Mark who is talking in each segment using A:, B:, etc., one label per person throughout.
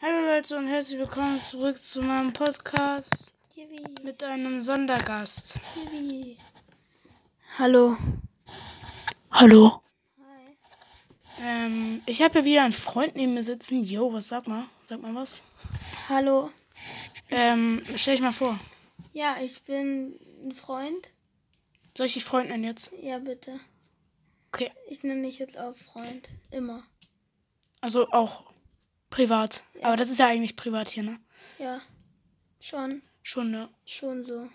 A: Leute und herzlich willkommen zurück zu meinem Podcast mit einem Sondergast.
B: Hallo.
A: Hallo.
B: Hi.
A: Ähm, ich habe hier wieder einen Freund neben mir sitzen. Yo, was sag mal? Sag mal was.
B: Hallo.
A: Ähm, stell dich mal vor.
B: Ja, ich bin ein Freund.
A: Soll ich dich Freund nennen jetzt?
B: Ja, bitte.
A: Okay.
B: Ich nenne dich jetzt auch Freund. Immer.
A: Also auch privat. Aber das ist ja eigentlich privat hier, ne?
B: Ja. Schon.
A: Schon, ne?
B: Schon so.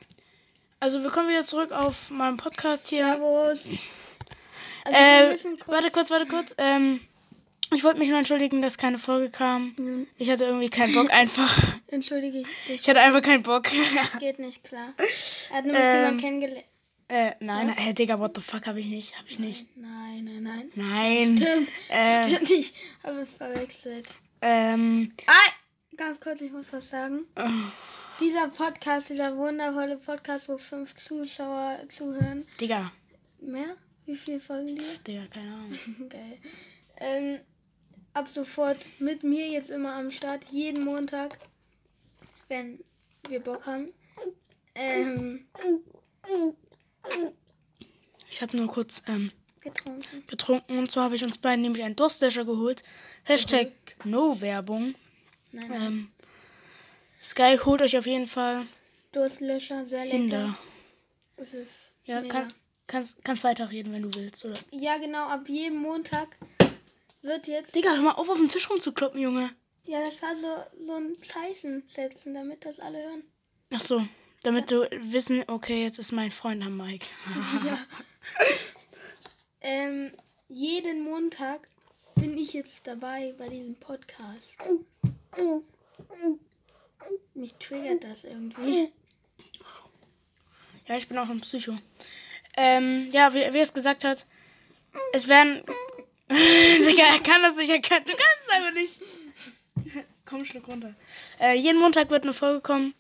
A: Also wir kommen wieder zurück auf meinem Podcast hier.
B: Servus. Also wir
A: Äh,
B: müssen kurz.
A: warte kurz, warte kurz. Ähm, ich wollte mich nur entschuldigen, dass keine Folge kam.
B: Hm,
A: Ich hatte irgendwie keinen Bock einfach.
B: Entschuldige ich dich.
A: Ich hatte einfach keinen Bock.
B: Das geht nicht klar. Er hat nämlich
A: Ähm.
B: jemanden kennengelernt.
A: Äh, nein, hey, Digga, what the fuck, hab ich nicht, hab ich nicht.
B: Nein, nein, nein. Ähm.
A: Nein.
B: Stimmt.
A: Äh.
B: Stimmt, ich habe verwechselt.
A: Ähm,
B: Ah! Ganz kurz, ich muss was sagen.
A: äh,
B: Dieser Podcast, dieser wundervolle Podcast, wo fünf Zuschauer zuhören.
A: Digga,
B: Mehr? Wie viel folgen dir?
A: Digga, keine Ahnung.
B: Geil. Ähm, ab sofort mit mir jetzt immer am Start, jeden Montag, wenn wir Bock haben. Ähm,
A: Ich hab nur kurz ähm,
B: getrunken.
A: getrunken und zwar habe ich uns beiden nämlich einen Durstlöscher geholt. Hashtag No-Werbung.
B: Nein, nein.
A: Ähm, Sky holt euch auf jeden Fall
B: Durstlöscher, sehr lecker.
A: Inder.
B: Es ist
A: Ja,
B: mega.
A: kann, kannst, kannst weiterreden, wenn du willst, oder?
B: ja, genau, ab jedem Montag wird jetzt.
A: Digga, hör mal auf, auf den Tisch rumzukloppen, Junge.
B: Ja, das war so, so ein Zeichen setzen, damit das alle hören.
A: Ach so, damit du wissen, okay, jetzt ist mein Freund am Mike.
B: Ähm, jeden Montag bin ich jetzt dabei bei diesem Podcast. Mich triggert das irgendwie.
A: Ja, ich bin auch ein Psycho. Ähm, ja, wie, wie er es gesagt hat, es werden. Digga, er kann das nicht erkennen. Du kannst es einfach nicht. Komm, Schluck runter. Äh, jeden Montag wird eine Folge kommen.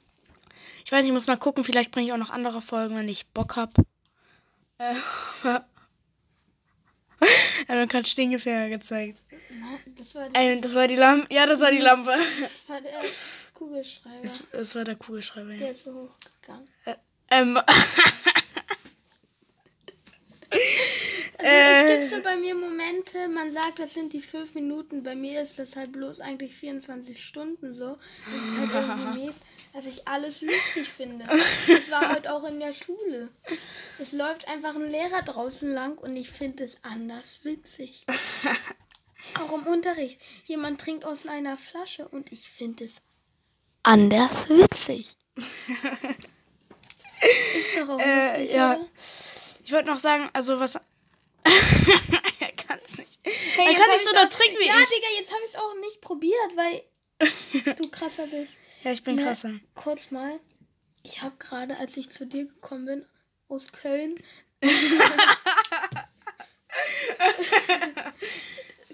A: Ich weiß nicht, ich muss mal gucken. Vielleicht bringe ich auch noch andere Folgen, wenn ich Bock hab. Äh, Er hat gerade Stinkefinger gezeigt.
B: Nein, das war der,
A: Äh, das war die Lampe. Ja, das war die Lampe.
B: das war der Kugelschreiber.
A: Das, das war der Kugelschreiber. Ja.
B: Der ist so hochgegangen.
A: Ähm,
B: Also, es
A: Äh.
B: gibt so bei mir Momente, man sagt, das sind die fünf Minuten. Bei mir ist das halt bloß eigentlich 24 Stunden so. Das ist halt irgendwie mies, dass ich alles lustig finde. Das war heute auch in der Schule. Es läuft einfach ein Lehrer draußen lang und ich finde es anders witzig. Auch im Unterricht. Jemand trinkt aus einer Flasche und ich finde es anders witzig. Ist doch auch
A: Äh,
B: lustig,
A: ja.
B: oder?
A: Ich wollte noch sagen, also was. er kann es nicht. er
B: jetzt
A: kann
B: hab
A: nicht so
B: ich's
A: da
B: auch-
A: trinken wie
B: Ja,
A: ich.
B: Digga, jetzt habe ich es auch nicht probiert, weil du krasser bist.
A: Ja, ich bin
B: Ne,
A: krasser.
B: Kurz mal, ich habe gerade, als ich zu dir gekommen bin, aus Köln.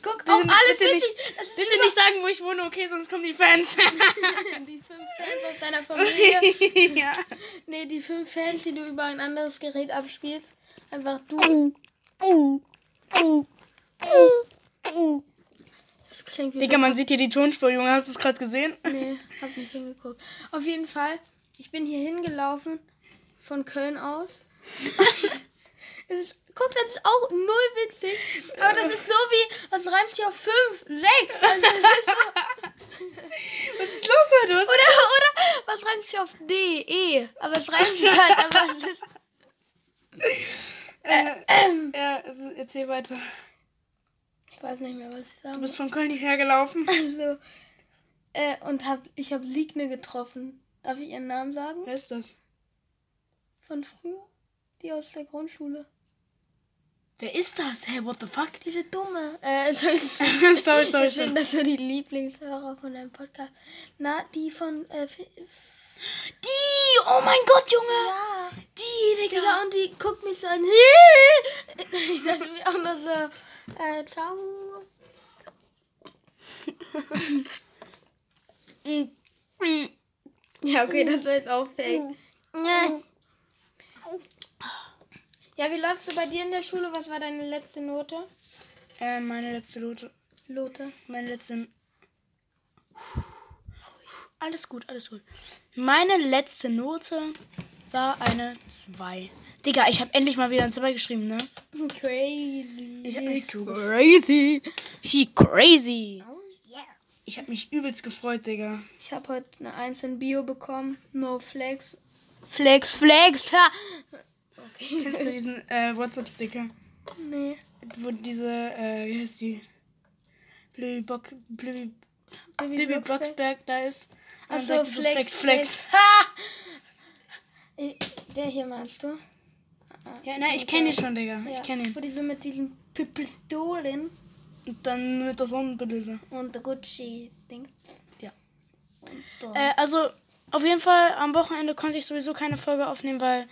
B: Guck, auch
A: sind-
B: alles
A: bitte
B: witzig. Das ist
A: Bitte nicht sagen, wo ich wohne, okay, sonst kommen die Fans.
B: die fünf Fans aus deiner Familie.
A: ja.
B: Nee, die fünf Fans, die du über ein anderes Gerät abspielst. Einfach du. Das klingt wie
A: Digga,
B: so
A: man sieht hier die Tonspur, Junge. Hast du es gerade gesehen?
B: Nee, hab nicht hingeguckt. Auf jeden Fall, ich bin hier hingelaufen von Köln aus. es ist, guck, das ist auch null witzig. Aber das ist so wie, was reimst du auf 5, 6? Also das ist so,
A: Was ist los heute? Was
B: oder, oder was reimst du auf D, E? Aber es reimt sich halt, aber es ist.
A: ist, Äh, ja, also, erzähl weiter.
B: Ich weiß nicht mehr, was ich sagen
A: Du
B: muss.
A: bist von Köln hierher gelaufen.
B: Also, äh, und hab, ich habe Signe getroffen. Darf ich ihren Namen sagen?
A: Wer ist das?
B: Von früher? Die aus der Grundschule.
A: Wer ist das? Hey, what the fuck?
B: Diese dumme. Äh, Entschuldigung.
A: sorry, sorry,
B: Das sind
A: sorry.
B: das so die Lieblingshörer von deinem Podcast. Na, die von. Äh, Fi-
A: Die! Oh mein Gott, Junge!
B: ja.
A: Die, Digga.
B: Digga, und die guckt mich so an. Ich dachte mir auch nur so. Äh, ciao. Ja, okay, das war jetzt auch fake. Ja, wie läuft's so bei dir in der Schule? Was war deine letzte Note?
A: Äh, meine letzte Note.
B: Lote.
A: Meine letzte. Alles gut, alles gut. Meine letzte Note war eine 2. Digga, ich habe endlich mal wieder ein 2 geschrieben, ne?
B: Crazy.
A: Ich hab mich crazy. He crazy.
B: Oh yeah.
A: Ich habe mich übelst gefreut, Digga.
B: Ich habe heute eine 1 in Bio bekommen. No Flex. Flex, Flex. Ha. Okay.
A: Kennst du diesen äh, WhatsApp-Sticker?
B: nee.
A: Wo diese, äh, wie heißt die? Blübi Bock, Blübi,
B: Baby
A: Blübi
B: Blocksberg.
A: Blocksberg, da ist. Und dann
B: Achso,
A: sagt die so,
B: Flex, Flex.
A: Ha!
B: Äh, Der hier meinst du? Ah,
A: Ja,
B: ist
A: nein,
B: mir
A: ich kenne ihn
B: egal.
A: schon, Digga. Ich
B: Ja,
A: kenne ihn.
B: Wo die so mit diesen P- Pistolen
A: Und dann mit der Sonnenbrille.
B: und der Gucci-Ding.
A: Ja.
B: Und so.
A: Äh, also, auf jeden Fall, am Wochenende konnte ich sowieso keine Folge aufnehmen, weil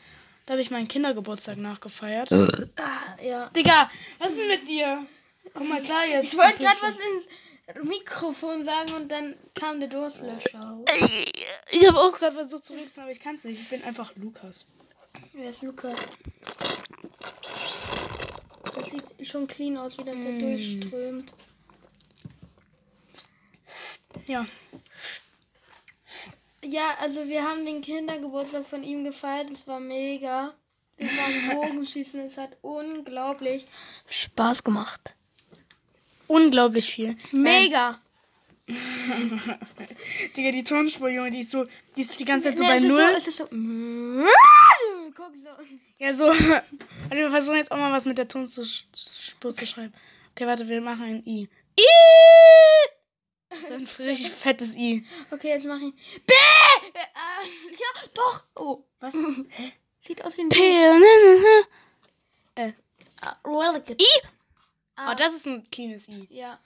A: da habe ich meinen Kindergeburtstag nachgefeiert.
B: ah, ja.
A: Digga, was ist denn mit dir? Komm mal klar jetzt.
B: Ich wollte gerade was ins Mikrofon sagen und dann kam der Durstlöscher.
A: Ich habe auch gerade versucht zu rülpsen, aber ich kann es nicht. Ich bin einfach Lukas.
B: Wer ist Lukas? Das sieht schon clean aus, wie das da durchströmt.
A: Ja.
B: Ja, also wir haben den Kindergeburtstag von ihm gefeiert. Es war mega. Wir waren Bogenschießen. Es hat unglaublich Spaß gemacht.
A: Unglaublich viel.
B: Mega.
A: Digga, die Tonspur, Junge, die ist so, die ist die ganze Zeit so
B: Ne,
A: bei
B: es ist
A: Null.
B: So, es ist so. Guck so.
A: ja, so. Warte, wir versuchen jetzt auch mal was mit der Tonspur zu schreiben. Okay, warte, wir machen ein I. I! Das ist ein richtig fettes I.
B: Okay, jetzt mach ich. B! Äh, ja, doch. Oh.
A: Was?
B: Sieht aus wie ein
A: P.
B: Ah, I. Ah,
A: Oh, das ist ein cleanes I.
B: Ja.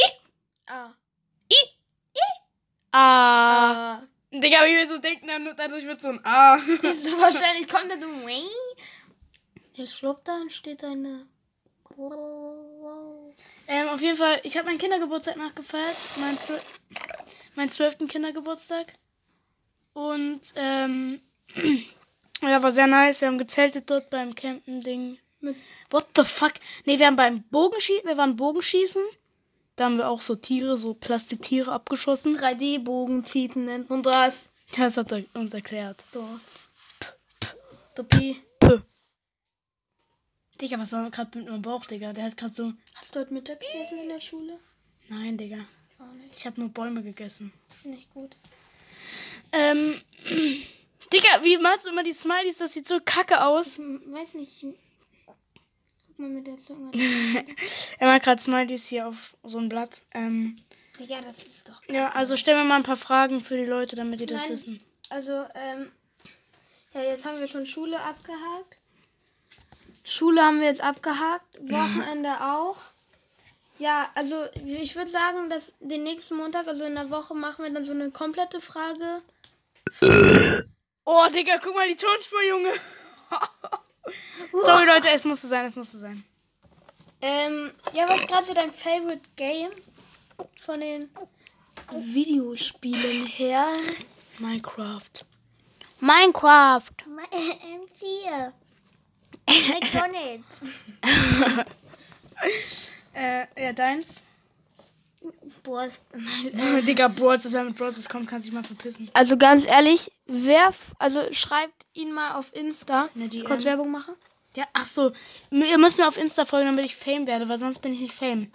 A: I.
B: A.
A: Ah.
B: Ah.
A: Digga, wie wir so denken, dann- dadurch wird so ein Ah. A.
B: Ist so wahrscheinlich kommt er so. Wing. Der schluckt da und steht eine.
A: Ähm, auf jeden Fall, ich habe meinen Kindergeburtstag nachgefeiert. Mein Zw meinen zwölften Kindergeburtstag. Und, ähm, ja, war sehr nice. Wir haben gezeltet dort beim Campen-Ding.
B: Mit-
A: What the fuck? Nee, wir haben beim Bogenschießen, wir waren Bogenschießen. Da haben wir auch so Tiere, so Plastiktiere abgeschossen.
B: 3D-Bogenzieten nennt man das.
A: Das hat er uns erklärt.
B: Dort. Der Pi.
A: Puh. Digga, was war gerade mit meinem Bauch, Digga? Der hat gerade so.
B: Hast du heute Mittag gegessen in der Schule?
A: Nein, Digga.
B: Gar nicht.
A: Ich habe nur Bäume gegessen.
B: Nicht gut.
A: Ähm. Digga, wie malst du immer die Smileys? Das sieht so kacke aus.
B: Hm, Weiß nicht. Guck mal mit der Zunge.
A: Er malt gerade Smileys hier auf so ein Blatt. Ähm,
B: Digga, das ist doch.
A: ja, also stellen wir mal ein paar Fragen für die Leute, damit die das
B: Nein.
A: wissen.
B: Also, ähm. Ja, jetzt haben wir schon Schule abgehakt. Schule haben wir jetzt abgehakt. Wochenende auch. Ja, also ich würde sagen, dass den nächsten Montag, also in der Woche, machen wir dann so eine komplette Frage.
A: Oh, Digga, guck mal die Tonspur, Junge. Sorry, Leute, es musste sein, es musste sein.
B: Ähm, ja, was ist gerade so dein Favorite Game von den Videospielen her?
A: Minecraft.
B: Minecraft.
C: M4. McDonalds.
A: Äh, ja, deins?
B: Boah,
A: Digga, Boards, das wer mit Boards kommt, kann sich mal verpissen.
B: Also ganz ehrlich, wer, f- also schreibt ihn mal auf Insta.
A: Eine DM.
B: Kurz Werbung machen.
A: Ja, ach so. M- Ihr müsst mir auf Insta folgen, damit ich Fame werde, weil sonst bin ich nicht Fame.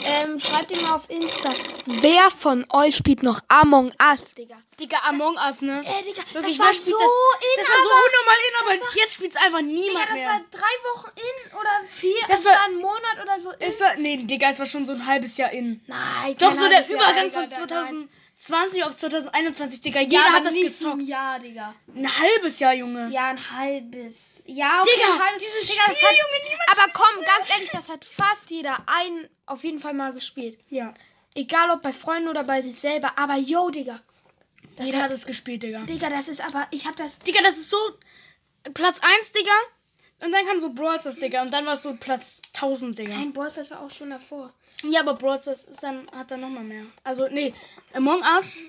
B: Ähm, schreibt ihn mal auf Insta. Wer von euch spielt noch Among Us, Digga?
A: Digga, Among Us, ne?
B: Äh, Digga,
A: Wirklich,
B: das war
A: wer
B: so
A: spielt
B: in,
A: das, das war so unnormal in, aber jetzt spielt es einfach
B: Digga,
A: niemand
B: das war
A: mehr.
B: drei Wochen in oder vier,
A: Das
B: das
A: war-
B: war ein Monat oder so in.
A: Es war, nee, Digga, es war schon so ein halbes Jahr in.
B: Nein,
A: Doch,
B: kein
A: so der
B: halbes Jahr,
A: Übergang
B: Digga,
A: von
B: nein, nein.
A: 2020 auf 2021, Digga, jeder
B: Ja,
A: hat das
B: nicht so ein
A: gezockt.
B: Jahr, Digga.
A: Ein halbes Jahr, Junge.
B: Ja, ein halbes. Ja, okay,
A: Digga,
B: ein halbes.
A: dieses
B: Digga, das
A: Spiel,
B: hat,
A: Junge, niemand
B: Aber komm, ganz ehrlich, das hat fast jeder einen auf jeden Fall mal gespielt.
A: Ja.
B: Egal ob bei Freunden oder bei sich selber. Aber yo, Digga. Das
A: Jeder
B: hat,
A: hat es gespielt, Digga.
B: Digga, das ist aber. Ich hab das.
A: Digga, das ist so Platz 1, Digga. Und dann kam so Brawl Stars, Digga. Und dann war es so Platz 1000, Digga.
B: Nein, Boys, das war auch schon davor.
A: Ja, aber Brawl Stars ist dann, hat dann nochmal mehr. Also, nee, Among Us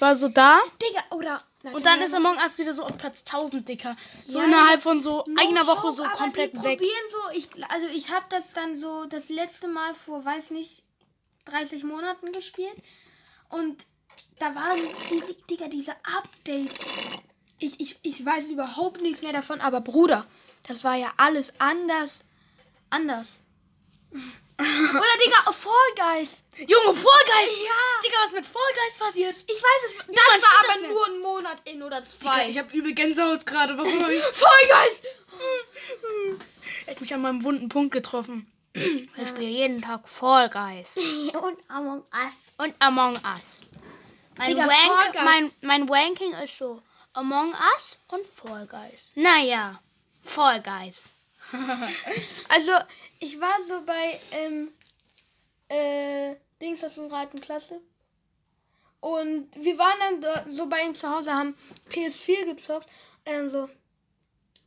A: war so da
B: Digga, oder. Na,
A: und dann
B: keine
A: ist
B: Ahnung.
A: Among Us wieder so auf Platz 1000 dicker. So
B: Ja,
A: innerhalb von so
B: No
A: einer Woche
B: joke,
A: so
B: aber
A: komplett
B: die
A: weg.
B: probieren so. Ich, also, ich hab das dann so das letzte Mal vor, weiß nicht, 30 Monaten gespielt. Und da waren die, Digga, diese Updates. Ich, ich, ich weiß überhaupt nichts mehr davon, aber Bruder, das war ja alles anders. Anders. Oder Digga, oh, Fall Guys.
A: Junge, Vollgeist!
B: Ja.
A: Digga, was mit Vollgeist passiert?
B: Ich weiß es. Das
A: Niemand
B: war
A: spielt
B: aber
A: das mehr.
B: nur ein Monat in oder
A: Digga,
B: zwei.
A: ich hab übel Gänsehaut gerade. Warum hab ich.
B: Fall Guys!
A: Er hat mich an meinem wunden Punkt getroffen. Ich spiele jeden Tag Fall Guys.
C: Und Among Us.
A: Und Among Us. Mein,
B: Digga, Fall
A: Rank,
B: Guys.
A: mein, mein Ranking ist so Among Us und Fall Guys. Naja, Fall Guys.
B: Also, ich war so bei, ähm, äh, Dings aus unserer alten Klasse. Und wir waren dann dort, so bei ihm zu Hause, haben PS4 gezockt. Und dann so,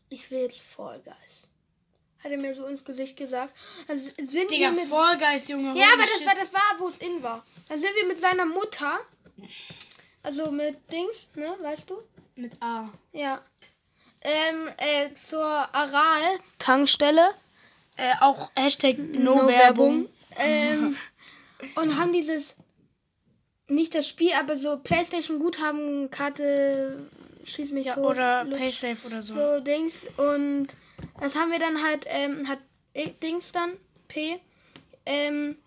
B: ich will jetzt Fall Guys. Hat er mir so ins Gesicht gesagt. Dann s- sind wir mit...
A: Fall Guys, Junge.
B: ja, aber das war, das war, wo es in war. Dann sind wir mit seiner Mutter, also mit Dings, ne, weißt du?
A: Mit A.
B: Ja. Ähm, äh, zur Aral-Tankstelle.
A: Äh, auch Hashtag No,
B: No
A: Werbung.
B: Werbung. Ähm, und haben dieses, nicht das Spiel, aber so Playstation-Guthabenkarte, schieß mich
A: Ja,
B: tot.
A: oder
B: lutsch,
A: Paysafe oder so.
B: So Dings. Und das haben wir dann halt, ähm, hat äh, Dings dann, P, ähm,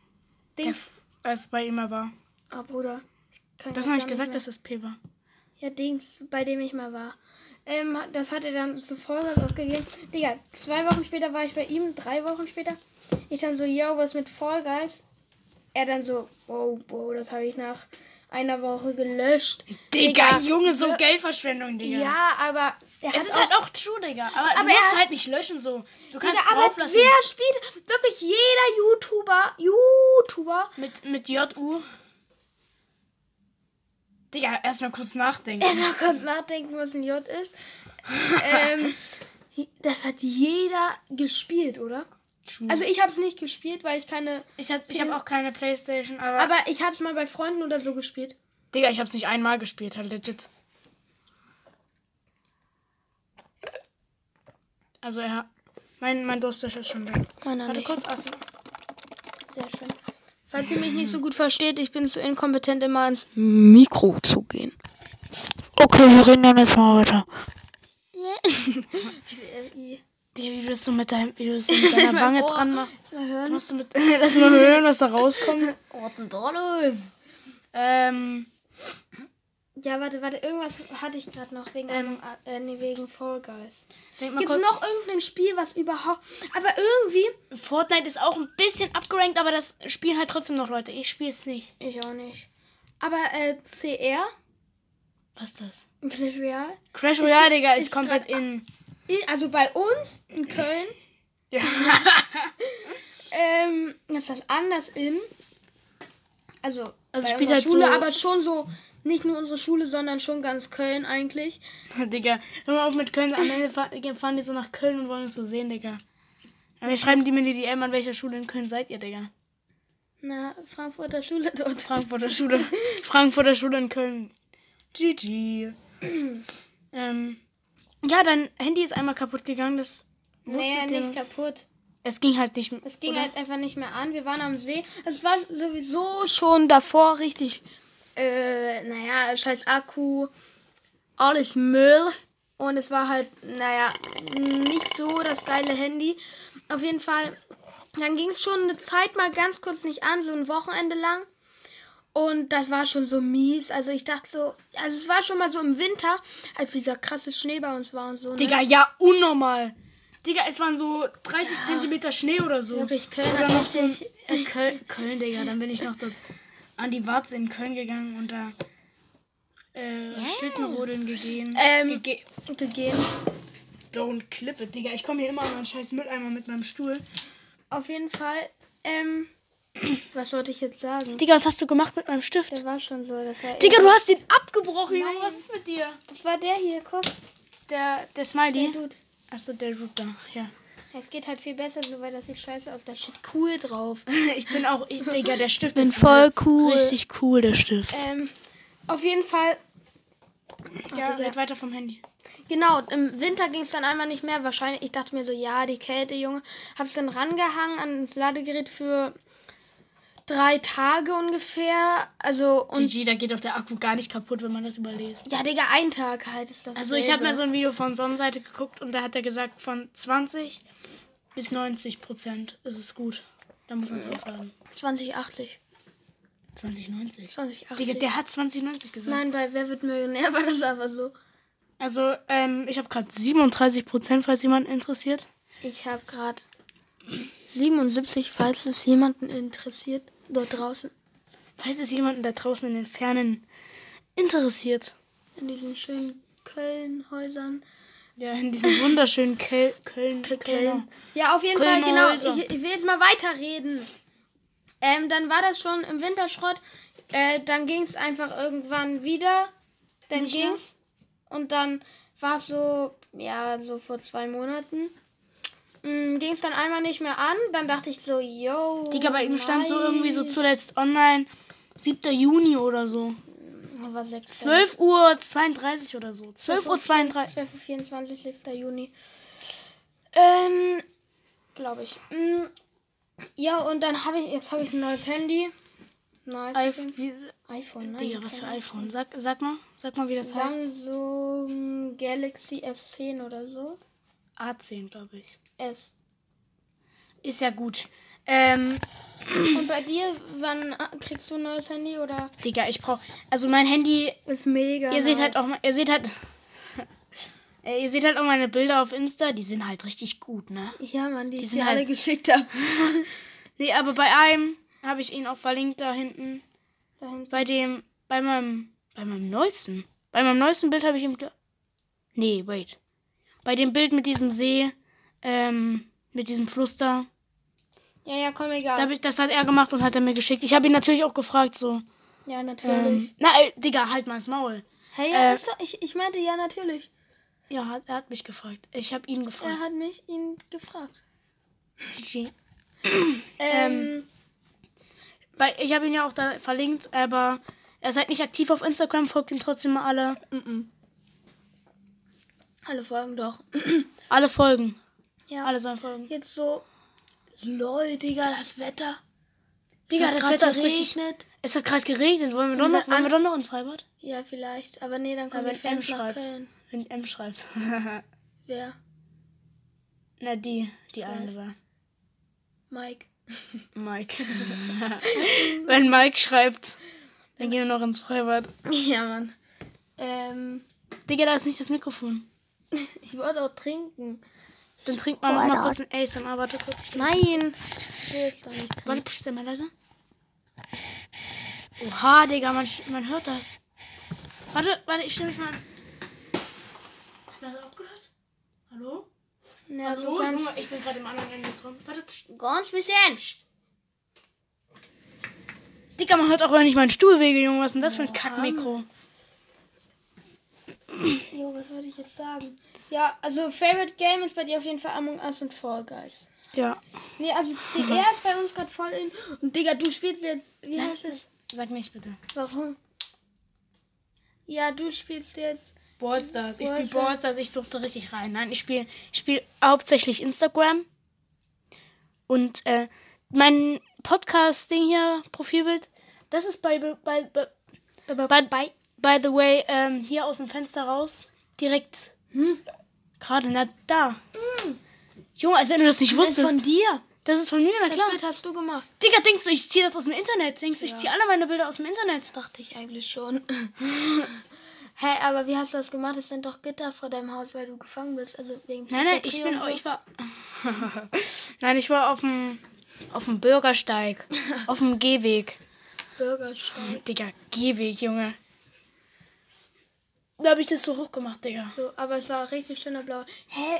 A: Der,
B: Dings.
A: als bei ihm war.
B: Oh, Bruder. kann
A: Das
B: grad
A: habe ich
B: gar nicht
A: gesagt,
B: mehr.
A: dass das P war.
B: Ja, Dings, bei dem ich mal war. Ähm, das hat er dann für Vollgas ausgegeben. Digga, zwei Wochen später war ich bei ihm, drei Wochen später. Ich dann so, yo, was mit Fall Guys? Er dann so, wow, wow, das habe ich nach einer Woche gelöscht.
A: Digga,
B: Digga,
A: Junge, so Geldverschwendung, Digga.
B: Ja, aber er hat
A: Es ist
B: auch,
A: halt auch true, Digga. Aber, du
B: Aber er
A: musst
B: hat-
A: halt nicht löschen so. Du kannst
B: Digga, aber
A: drauflassen.
B: wer spielt, wirklich jeder YouTuber, YouTuber,
A: Mit, mit JU. Digga, erstmal kurz nachdenken.
B: erstmal kurz nachdenken, was ein J ist. ähm, das hat jeder gespielt, oder?
A: True.
B: Also ich habe es nicht gespielt, weil ich keine
A: ich hab, ich hab auch keine Playstation, aber,
B: Aber ich hab's mal bei Freunden oder so gespielt.
A: Digga, ich hab's nicht einmal gespielt, halt legit. Also ja. Mein, mein Durstlöscher ist schon weg.
B: Meiner
A: Warte
B: nicht.
A: kurz aus.
B: Sehr schön. Falls ihr mich nicht so gut versteht, ich bin zu inkompetent, immer ans Mikro zu gehen.
A: Okay, wir reden dann jetzt mal weiter.
B: Mal
A: Digga, wie du das so mit, deinem, wie du das so mit deiner Wange
B: Ohr.
A: dran machst.
B: hören.
A: Musst du mit, Oh, lass mal hören, was da rauskommt.
C: Roten Dollars.
A: ähm,
B: Ja, warte, warte, irgendwas hatte ich gerade noch wegen,
A: Ähm.
B: Among- äh, nee, wegen Fall Guys.
A: denk mal
B: Gibt's
A: kurz.
B: noch irgendein Spiel, was überhaupt. Aber irgendwie.
A: Fortnite ist auch ein bisschen abgerankt, aber das spielen halt trotzdem noch Leute. Ich spiele es nicht.
B: Ich auch nicht. Aber äh, CR,
A: Was ist das?
B: Clash Royale.
A: Crash Royale, Digga, ist,
B: ist
A: komplett
B: grad-
A: in.
B: in- Also bei uns in Köln
A: Ja.
B: ähm, ist das anders in. Also,
A: Also
B: also bei
A: spielt
B: unserer
A: halt
B: Schule,
A: so-
B: aber schon so, nicht nur unsere Schule, sondern schon ganz Köln eigentlich.
A: Digga, hör mal auf mit Köln. Am Ende fa- fahren die so nach Köln und wollen uns so sehen, Digga. Aber wir schreiben die mir die DM, an welcher Schule in Köln seid ihr, Digga?
B: Na, Frankfurter Schule dort.
A: Frankfurter Schule. Frankfurter Schule in Köln. GG. ähm, ja, dein Handy ist einmal kaputt gegangen. Das
B: Naja,
A: wusstet ihr
B: nicht
A: noch?
B: kaputt.
A: Es ging halt nicht.
B: Es ging halt einfach nicht mehr an. Wir waren am See. Es war sowieso schon davor richtig, äh, naja, scheiß Akku, alles Müll. Und es war halt, naja, nicht so das geile Handy. Auf jeden Fall, dann ging es schon eine Zeit mal ganz kurz nicht an, so ein Wochenende lang. Und das war schon so mies. Also ich dachte so, also es war schon mal so im Winter, als dieser krasse Schnee bei uns war und so. Ne?
A: Digga, ja, unnormal. Digga, es waren so 30 Zentimeter Schnee oder so.
B: Wirklich, Köln
A: oder
B: hat
A: noch so
B: richtig-
A: äh, Köln, Köln, Digga. Dann bin ich noch dort an die Warze in Köln gegangen und da äh, Schlittenrodeln gegeben.
B: Ähm.
A: Gege
B: gegeben.
A: Don't clip it, Digga. Ich komme hier immer an meinen scheiß Mülleimer mit meinem Stuhl.
B: Auf jeden Fall, ähm, was wollte ich jetzt sagen?
A: Digga, was hast du gemacht mit meinem Stift?
B: Der war schon so, das war
A: Digga, du hast den abgebrochen, Junge.
B: Nein.
A: Was ist mit dir?
B: Das war der hier, guck,
A: Der, der
B: der
A: Smiley.
B: Dude.
A: Achso, der Root da. Ja.
B: Es geht halt viel besser so, weil das sieht scheiße aus. Da steht cool drauf.
A: Ich bin auch, ich, Digga, der Stift
B: Bin
A: ist
B: voll cool.
A: Richtig Äh, cool, der Stift.
B: Ähm, auf jeden Fall,
A: ja,
B: Digga.
A: red weiter vom Handy.
B: genau, im Winter ging es dann einmal nicht mehr. Wahrscheinlich, ich dachte mir so, ja, die Kälte, Junge. Hab's dann rangehangen ans Ladegerät für drei Tage ungefähr. Also und
A: GG, da geht doch der Akku gar nicht kaputt, wenn man das überlädt.
B: ja, Digga, ein Tag halt ist das.
A: Also ich habe mal so ein Video von Sonnenseite geguckt und da hat er gesagt, von 20 bis 90 Prozent ist es gut. Da muss man es aufladen.
B: 2080.
A: 2090.
B: 2080.
A: Digga, der hat 2090 gesagt.
B: Nein, bei Wer wird Millionär war das aber so.
A: Also, ähm, ich habe gerade 37 Prozent, falls jemand interessiert.
B: Ich habe gerade 77, falls es jemanden interessiert, dort draußen
A: Falls es jemanden da draußen in den Fernen interessiert.
B: in diesen schönen Köln-Häusern.
A: Ja, in diesem wunderschönen Kel Köln. Köln.
B: Genau. Ja, auf jeden
A: Kölner
B: Fall, genau.
A: Häuser.
B: Ich, ich will jetzt mal weiterreden. Ähm, dann war das schon im Winterschrott. Äh, dann ging es einfach irgendwann wieder. Dann
A: Nicht mehr?
B: ging's. Und dann war es so, ja, so vor zwei Monaten. Ging es dann einmal nicht mehr an. Dann dachte ich so, yo.
A: Digga, bei ihm stand so irgendwie so
B: Oh, nice.
A: zuletzt online 7. Juni oder so.
B: War sechs,
A: 12 Uhr 32 oder so. 12 Uhr 32.
B: 12.24 Uhr, 6. Juni. Ähm, glaube ich. Mm, Ja, und dann habe ich, jetzt habe ich ein neues Handy. Nice.
A: iPhone, wie,
B: iPhone, ne?
A: Digga, was für iPhone? Sag, sag mal, sag mal, wie das heißt.
B: Samsung Galaxy S10 oder so.
A: A10, glaube ich.
B: S.
A: Ist ja gut. Ähm,
B: Und bei dir, wann ah, kriegst du ein neues Handy oder?
A: Digga, ich brauch. Also mein Handy
B: Ist mega.
A: Ihr seht halt auch, ma- ihr seht halt, Äh, ihr seht halt auch meine Bilder auf Insta, die sind halt richtig gut, ne?
B: Ja, Mann, die, ich
A: sind
B: dir
A: halt-
B: alle geschickt habe.
A: Nee, aber bei einem habe ich ihn auch verlinkt da hinten.
B: Dahin-
A: Bei dem, bei meinem, bei meinem neuesten, bei meinem neuesten Bild habe ich ihm, gl- nee, wait, bei dem Bild mit diesem See, ähm, mit diesem Fluss da,
B: Ja, ja, komm,
A: da hab
B: egal.
A: ich, das hat er gemacht und hat er mir geschickt. Ich habe ihn natürlich auch gefragt, so,
B: Ja, natürlich.
A: ähm, na, äh, Digga, halt mal das Maul.
B: hey, ja,
A: äh,
B: ist doch, ich, ich meinte ja, natürlich.
A: Ja, hat- er hat mich gefragt. Ich habe ihn
B: Er
A: gefragt.
B: hat mich ihn gefragt.
A: Ähm,
B: Ähm,
A: Weil ich habe ihn ja auch da verlinkt, aber er seid nicht aktiv auf Instagram, folgt ihm trotzdem mal alle,
B: alle Folgen doch.
A: alle Folgen.
B: Ja.
A: Alle sollen folgen.
B: Jetzt so. Lol, Digga, das Wetter.
A: Digga,
B: Es hat
A: das
B: grad
A: Wetter ist richtig-
B: geregnet.
A: Es hat gerade geregnet. Wollen wir, doch
B: Unser
A: noch, wollen
B: An-
A: wir doch noch ins Freibad?
B: Ja, vielleicht. Aber nee, dann kommen
A: wenn
B: die Fans
A: M
B: nach
A: schreibt.
B: Köln.
A: Wenn M schreibt.
B: Wer?
A: Na, die, die
B: Ich
A: eine
B: weiß.
A: war.
B: Mike.
A: Mike. Wenn Mike schreibt, dann gehen wir noch ins Freibad.
B: Ja, Mann. Ähm,
A: Digga, da ist nicht das Mikrofon.
B: ich wollte auch trinken.
A: Dann trinkt man mal kurz ein Ace am Warte kurz.
B: Nein. Ich will jetzt doch nicht trinken.
A: Warte, psch, sei mal leise. Oha, Digga, man, sch- man hört das. Warte, warte, ich stelle mich mal an. Hat man das auch gehört? Hallo?
B: Ja, so
A: Hallo?
B: ganz.
A: Junge, ich bin gerade im anderen Ende des Raums. Warte, psch.
C: Ganz bisschen. Psst.
A: Digga, man hört auch gar nicht meinen Stuhlwege, Junge. Was ist denn das für ein Kackmikro?
B: Jo, was wollte ich jetzt sagen? Ja, also Favorite Game ist bei dir auf jeden Fall Among Us und Fall Guys.
A: Ja.
B: Nee, also CR ist bei uns gerade voll in. Und Digga, du spielst jetzt. Wie heißt es?
A: Sag nicht bitte.
B: Warum? Ja, du spielst jetzt.
A: Ballstars. Ich spiele
B: Ballstars.
A: Ballstars. Ich suchte richtig rein. Nein, ich spiele ich spiel hauptsächlich Instagram. Und äh, mein Podcast-Ding hier, Profilbild, das ist bei, bei, bei, bei, bei, by the way, ähm, hier aus dem Fenster raus. Direkt.
B: Hm?
A: Gerade, na da. Junge, als wenn du das nicht
B: Das ist
A: wusstest.
B: von dir.
A: das ist von mir, na
B: Das
A: klar.
B: Bild hast du gemacht.
A: Digga, denkst du, ich ziehe das aus dem Internet? Denkst du, ich ziehe alle meine Bilder aus dem Internet?
B: Dachte ich eigentlich schon. Hä, aber wie hast du das gemacht? Es sind doch Gitter vor deinem Haus, weil du gefangen bist. Also wegen
A: Nein, nein, ich
B: Psychiatrie
A: bin,
B: und so.
A: ich war, nein, ich war auf dem, auf dem Bürgersteig, auf dem Gehweg.
B: Bürgersteig.
A: Digga, Gehweg, Junge. Da habe ich das so hochgemacht, Digga.
B: So, aber es war richtig schöner Blau. Hä?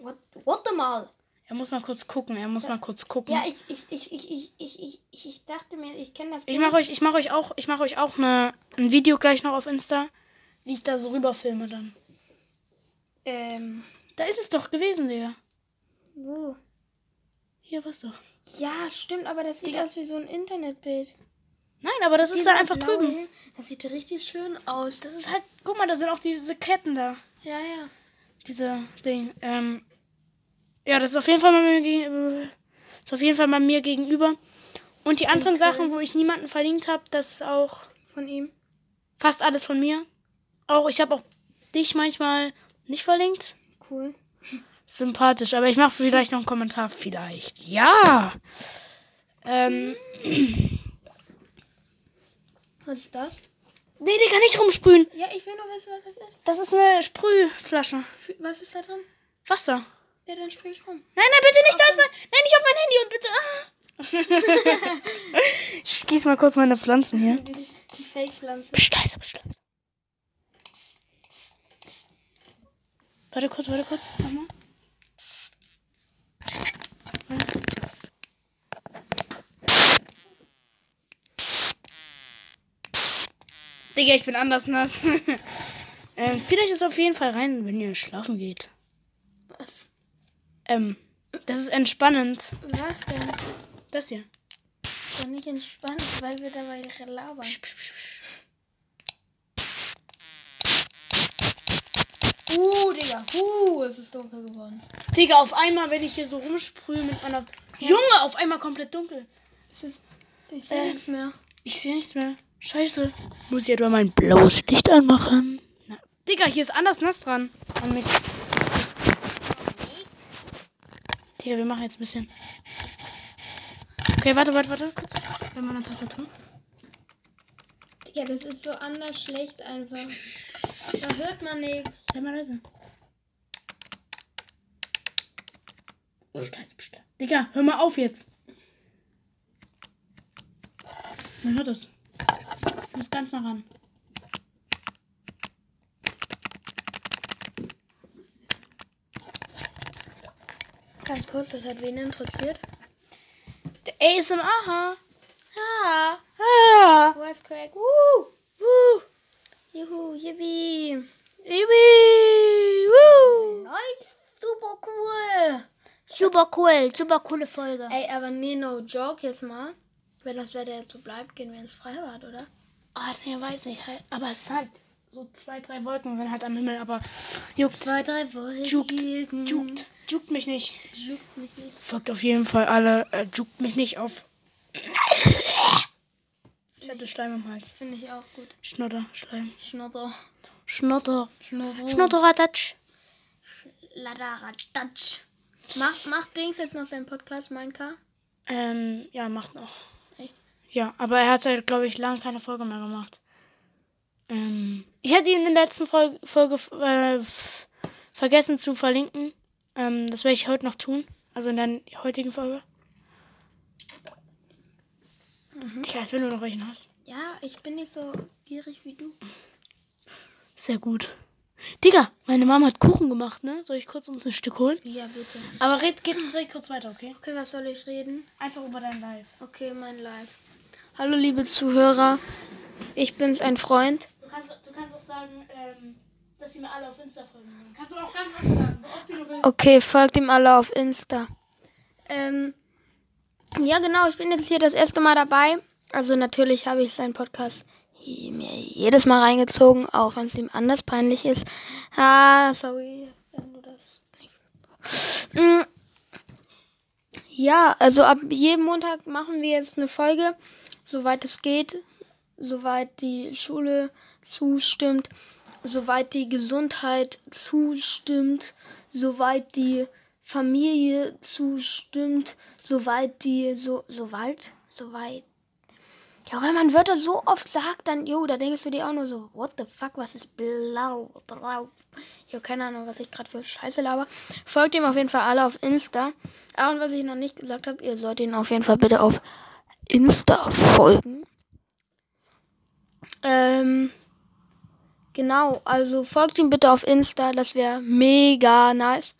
B: What, what the mal?
A: Er muss mal kurz gucken, er muss mal kurz gucken.
B: Ja,
A: ich
B: ich, ich, ich, ich, ich, ich, ich, ich, ich dachte mir, ich kenne das
A: mache euch, Hm. ich mache euch auch, ich mache euch auch ne, ein Video gleich noch auf Insta, wie ich da so rüberfilme dann.
B: Ähm.
A: Da ist es doch gewesen, Digga.
B: Wo?
A: Hier war's doch.
B: Ja, stimmt, aber das sieht aus wie so ein Internetbild.
A: Nein, aber das ist da
B: Dieser
A: einfach
B: blaue
A: drüben.
B: Himmel, Das sieht richtig schön aus.
A: Das ist halt, guck mal, da sind auch diese Ketten da.
B: Ja, ja.
A: diese Ding. Ähm, äh, ja, das ist auf jeden Fall mal mir gegenüber. Ist auf jeden Fall mal mir gegenüber. Und die anderen Sachen, wo ich niemanden verlinkt habe, das ist auch
B: Von ihm.
A: fast alles von mir. Auch ich habe auch dich manchmal nicht verlinkt.
B: Cool.
A: Sympathisch, aber ich mache vielleicht noch einen Kommentar. Vielleicht. Ja. Ähm,
B: Was ist das?
A: nee, Digga, nicht rumsprühen.
B: Ja, ich will nur wissen, was das ist.
A: Das ist eine Sprühflasche.
B: Für, was ist da drin?
A: Wasser. Nein,
B: Ja, dann sprich ich rum.
A: nein, bitte nicht. Da ist mein, nein, nicht auf mein Handy und bitte. Ah. ich gieße mal kurz meine Pflanzen hier.
B: Die, die Fake-Pflanze.
A: Psst, leise, psst, leise. Warte kurz, warte kurz. Mach mal. Digga, ich bin anders nass. ähm, zieht euch das auf jeden Fall rein, wenn ihr schlafen geht.
B: Was?
A: Ähm, das ist entspannend.
B: Was denn?
A: Das hier.
B: Ist doch nicht entspannt, weil wir dabei labern.
A: Psst, psst, psst, psst.
B: Uh, Digga. Uh, es ist dunkel geworden.
A: Digga, auf einmal, wenn ich hier so rumsprühe mit meiner... Junge, auf einmal komplett dunkel.
B: Es ist. Ich sehe nichts mehr.
A: Ich sehe nichts mehr. Scheiße. Muss ich etwa mein blaues Licht anmachen? Na, Digga, hier ist anders nass dran. An mich. Digga, wir machen jetzt ein bisschen. Okay, warte, warte, warte. Kurz. Bei meiner Tastatur.
B: Digga, das ist so anders schlecht einfach. Da hört man nichts.
A: Sei mal leise. Oh, scheiße, bestimmt. Digga, hör mal auf jetzt. Man hört es. Ich muss ganz nah ran.
B: Ganz kurz, das hat wen interessiert?
A: Der ASMR.
B: Ah,
A: Ah.
B: was correct.
A: Woo. Woo.
B: Juhu, yippie.
A: Ibi! Woo!
C: Nein, super cool.
A: Super cool, super coole Folge.
B: Ey, aber nee, no joke jetzt mal. Wenn das Wetter jetzt so bleibt, gehen wir ins Freibad, oder?
A: Ah, nee, weiß nicht. halt- Aber es hat so zwei, drei Wolken sind halt am Himmel, aber juckt,
B: Zwei, drei Wolken.
A: juckt, juckt, juckt mich nicht.
B: Juckt mich nicht.
A: Folgt auf jeden Fall alle, äh, juckt mich nicht auf. Ich hatte Schleim im Hals.
B: Finde ich auch gut.
A: Schnotter, Schleim.
B: Schnotter.
A: Schnotter.
B: Schnotter.
A: Schnotterradatsch.
C: Ladara Dutch.
B: Mach, mach Dings jetzt noch seinen Podcast, mein K.
A: Ähm, ja, macht noch.
B: Echt?
A: Ja, aber er hat halt, glaube ich, lange keine Folge mehr gemacht. Ähm, ich hatte ihn in der letzten Folge, Folge äh, f- vergessen zu verlinken. Ähm, das werde ich heute noch tun. Also in der heutigen Folge. Digga, als wenn du noch welchen hast.
B: Ja, ich bin nicht so gierig wie du.
A: Sehr gut. Digga, meine Mama hat Kuchen gemacht, ne? Soll ich kurz uns ein Stück holen?
B: Ja, bitte.
A: Aber red, geht's, red kurz weiter, okay?
B: Okay, was soll ich reden?
A: Einfach über dein Live.
B: Okay, mein Live. Hallo, liebe Zuhörer. Ich bin's, ein Freund.
A: Du kannst, du kannst auch sagen, ähm, dass sie mir alle auf Insta folgen sollen. Kannst du auch ganz oft sagen, so oft wie du willst.
B: Okay, folgt ihm alle auf Insta. Ähm, ja, genau, ich bin jetzt hier das erste Mal dabei. Also natürlich habe ich seinen Podcast mir jedes Mal reingezogen, auch wenn es ihm anders peinlich ist. Ah, sorry, wenn du das nicht. Mm. Ja, also ab jedem Montag machen wir jetzt eine Folge, soweit es geht, soweit die Schule zustimmt, soweit die Gesundheit zustimmt, soweit die Familie zustimmt, soweit die so soweit soweit. Ja, wenn man Wörter so oft sagt, dann jo, da denkst du dir auch nur so, what the fuck, was ist blau, blau. Jo, keine Ahnung, was ich gerade für Scheiße laber. Folgt ihm auf jeden Fall alle auf Insta. Ah, und was ich noch nicht gesagt habe, ihr sollt ihn auf jeden Fall bitte auf Insta folgen. Ähm, genau, also folgt ihm bitte auf Insta, das wäre mega nice.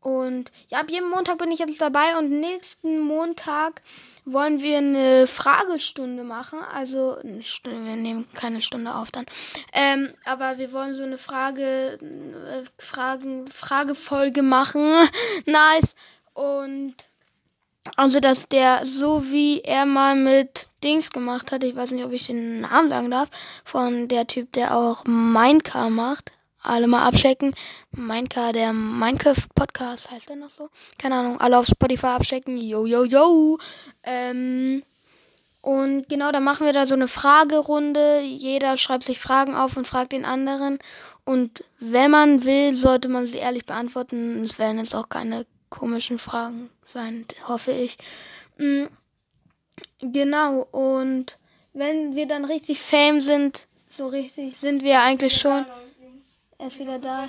B: Und ja, ab jedem Montag bin ich jetzt dabei und nächsten Montag wollen wir eine Fragestunde machen. Also, eine Stunde, wir nehmen keine Stunde auf dann. Ähm, aber wir wollen so eine Frage, äh, Fragen, Fragefolge machen. nice. Und also, dass der, so wie er mal mit Dings gemacht hat, ich weiß nicht, ob ich den Namen sagen darf, von der Typ, der auch Minecraft macht. Alle mal abchecken. Minecraft, der Minecraft-Podcast heißt der noch so? Keine Ahnung, alle auf Spotify abchecken. Yo, yo, yo. Ähm, Und genau, da machen wir da so eine Fragerunde. Jeder schreibt sich Fragen auf und fragt den anderen. Und wenn man will, sollte man sie ehrlich beantworten. Es werden jetzt auch keine komischen Fragen sein, hoffe ich. Mm, Genau, und wenn wir dann richtig Fame sind, so richtig, sind wir eigentlich schon. Er ist wieder da.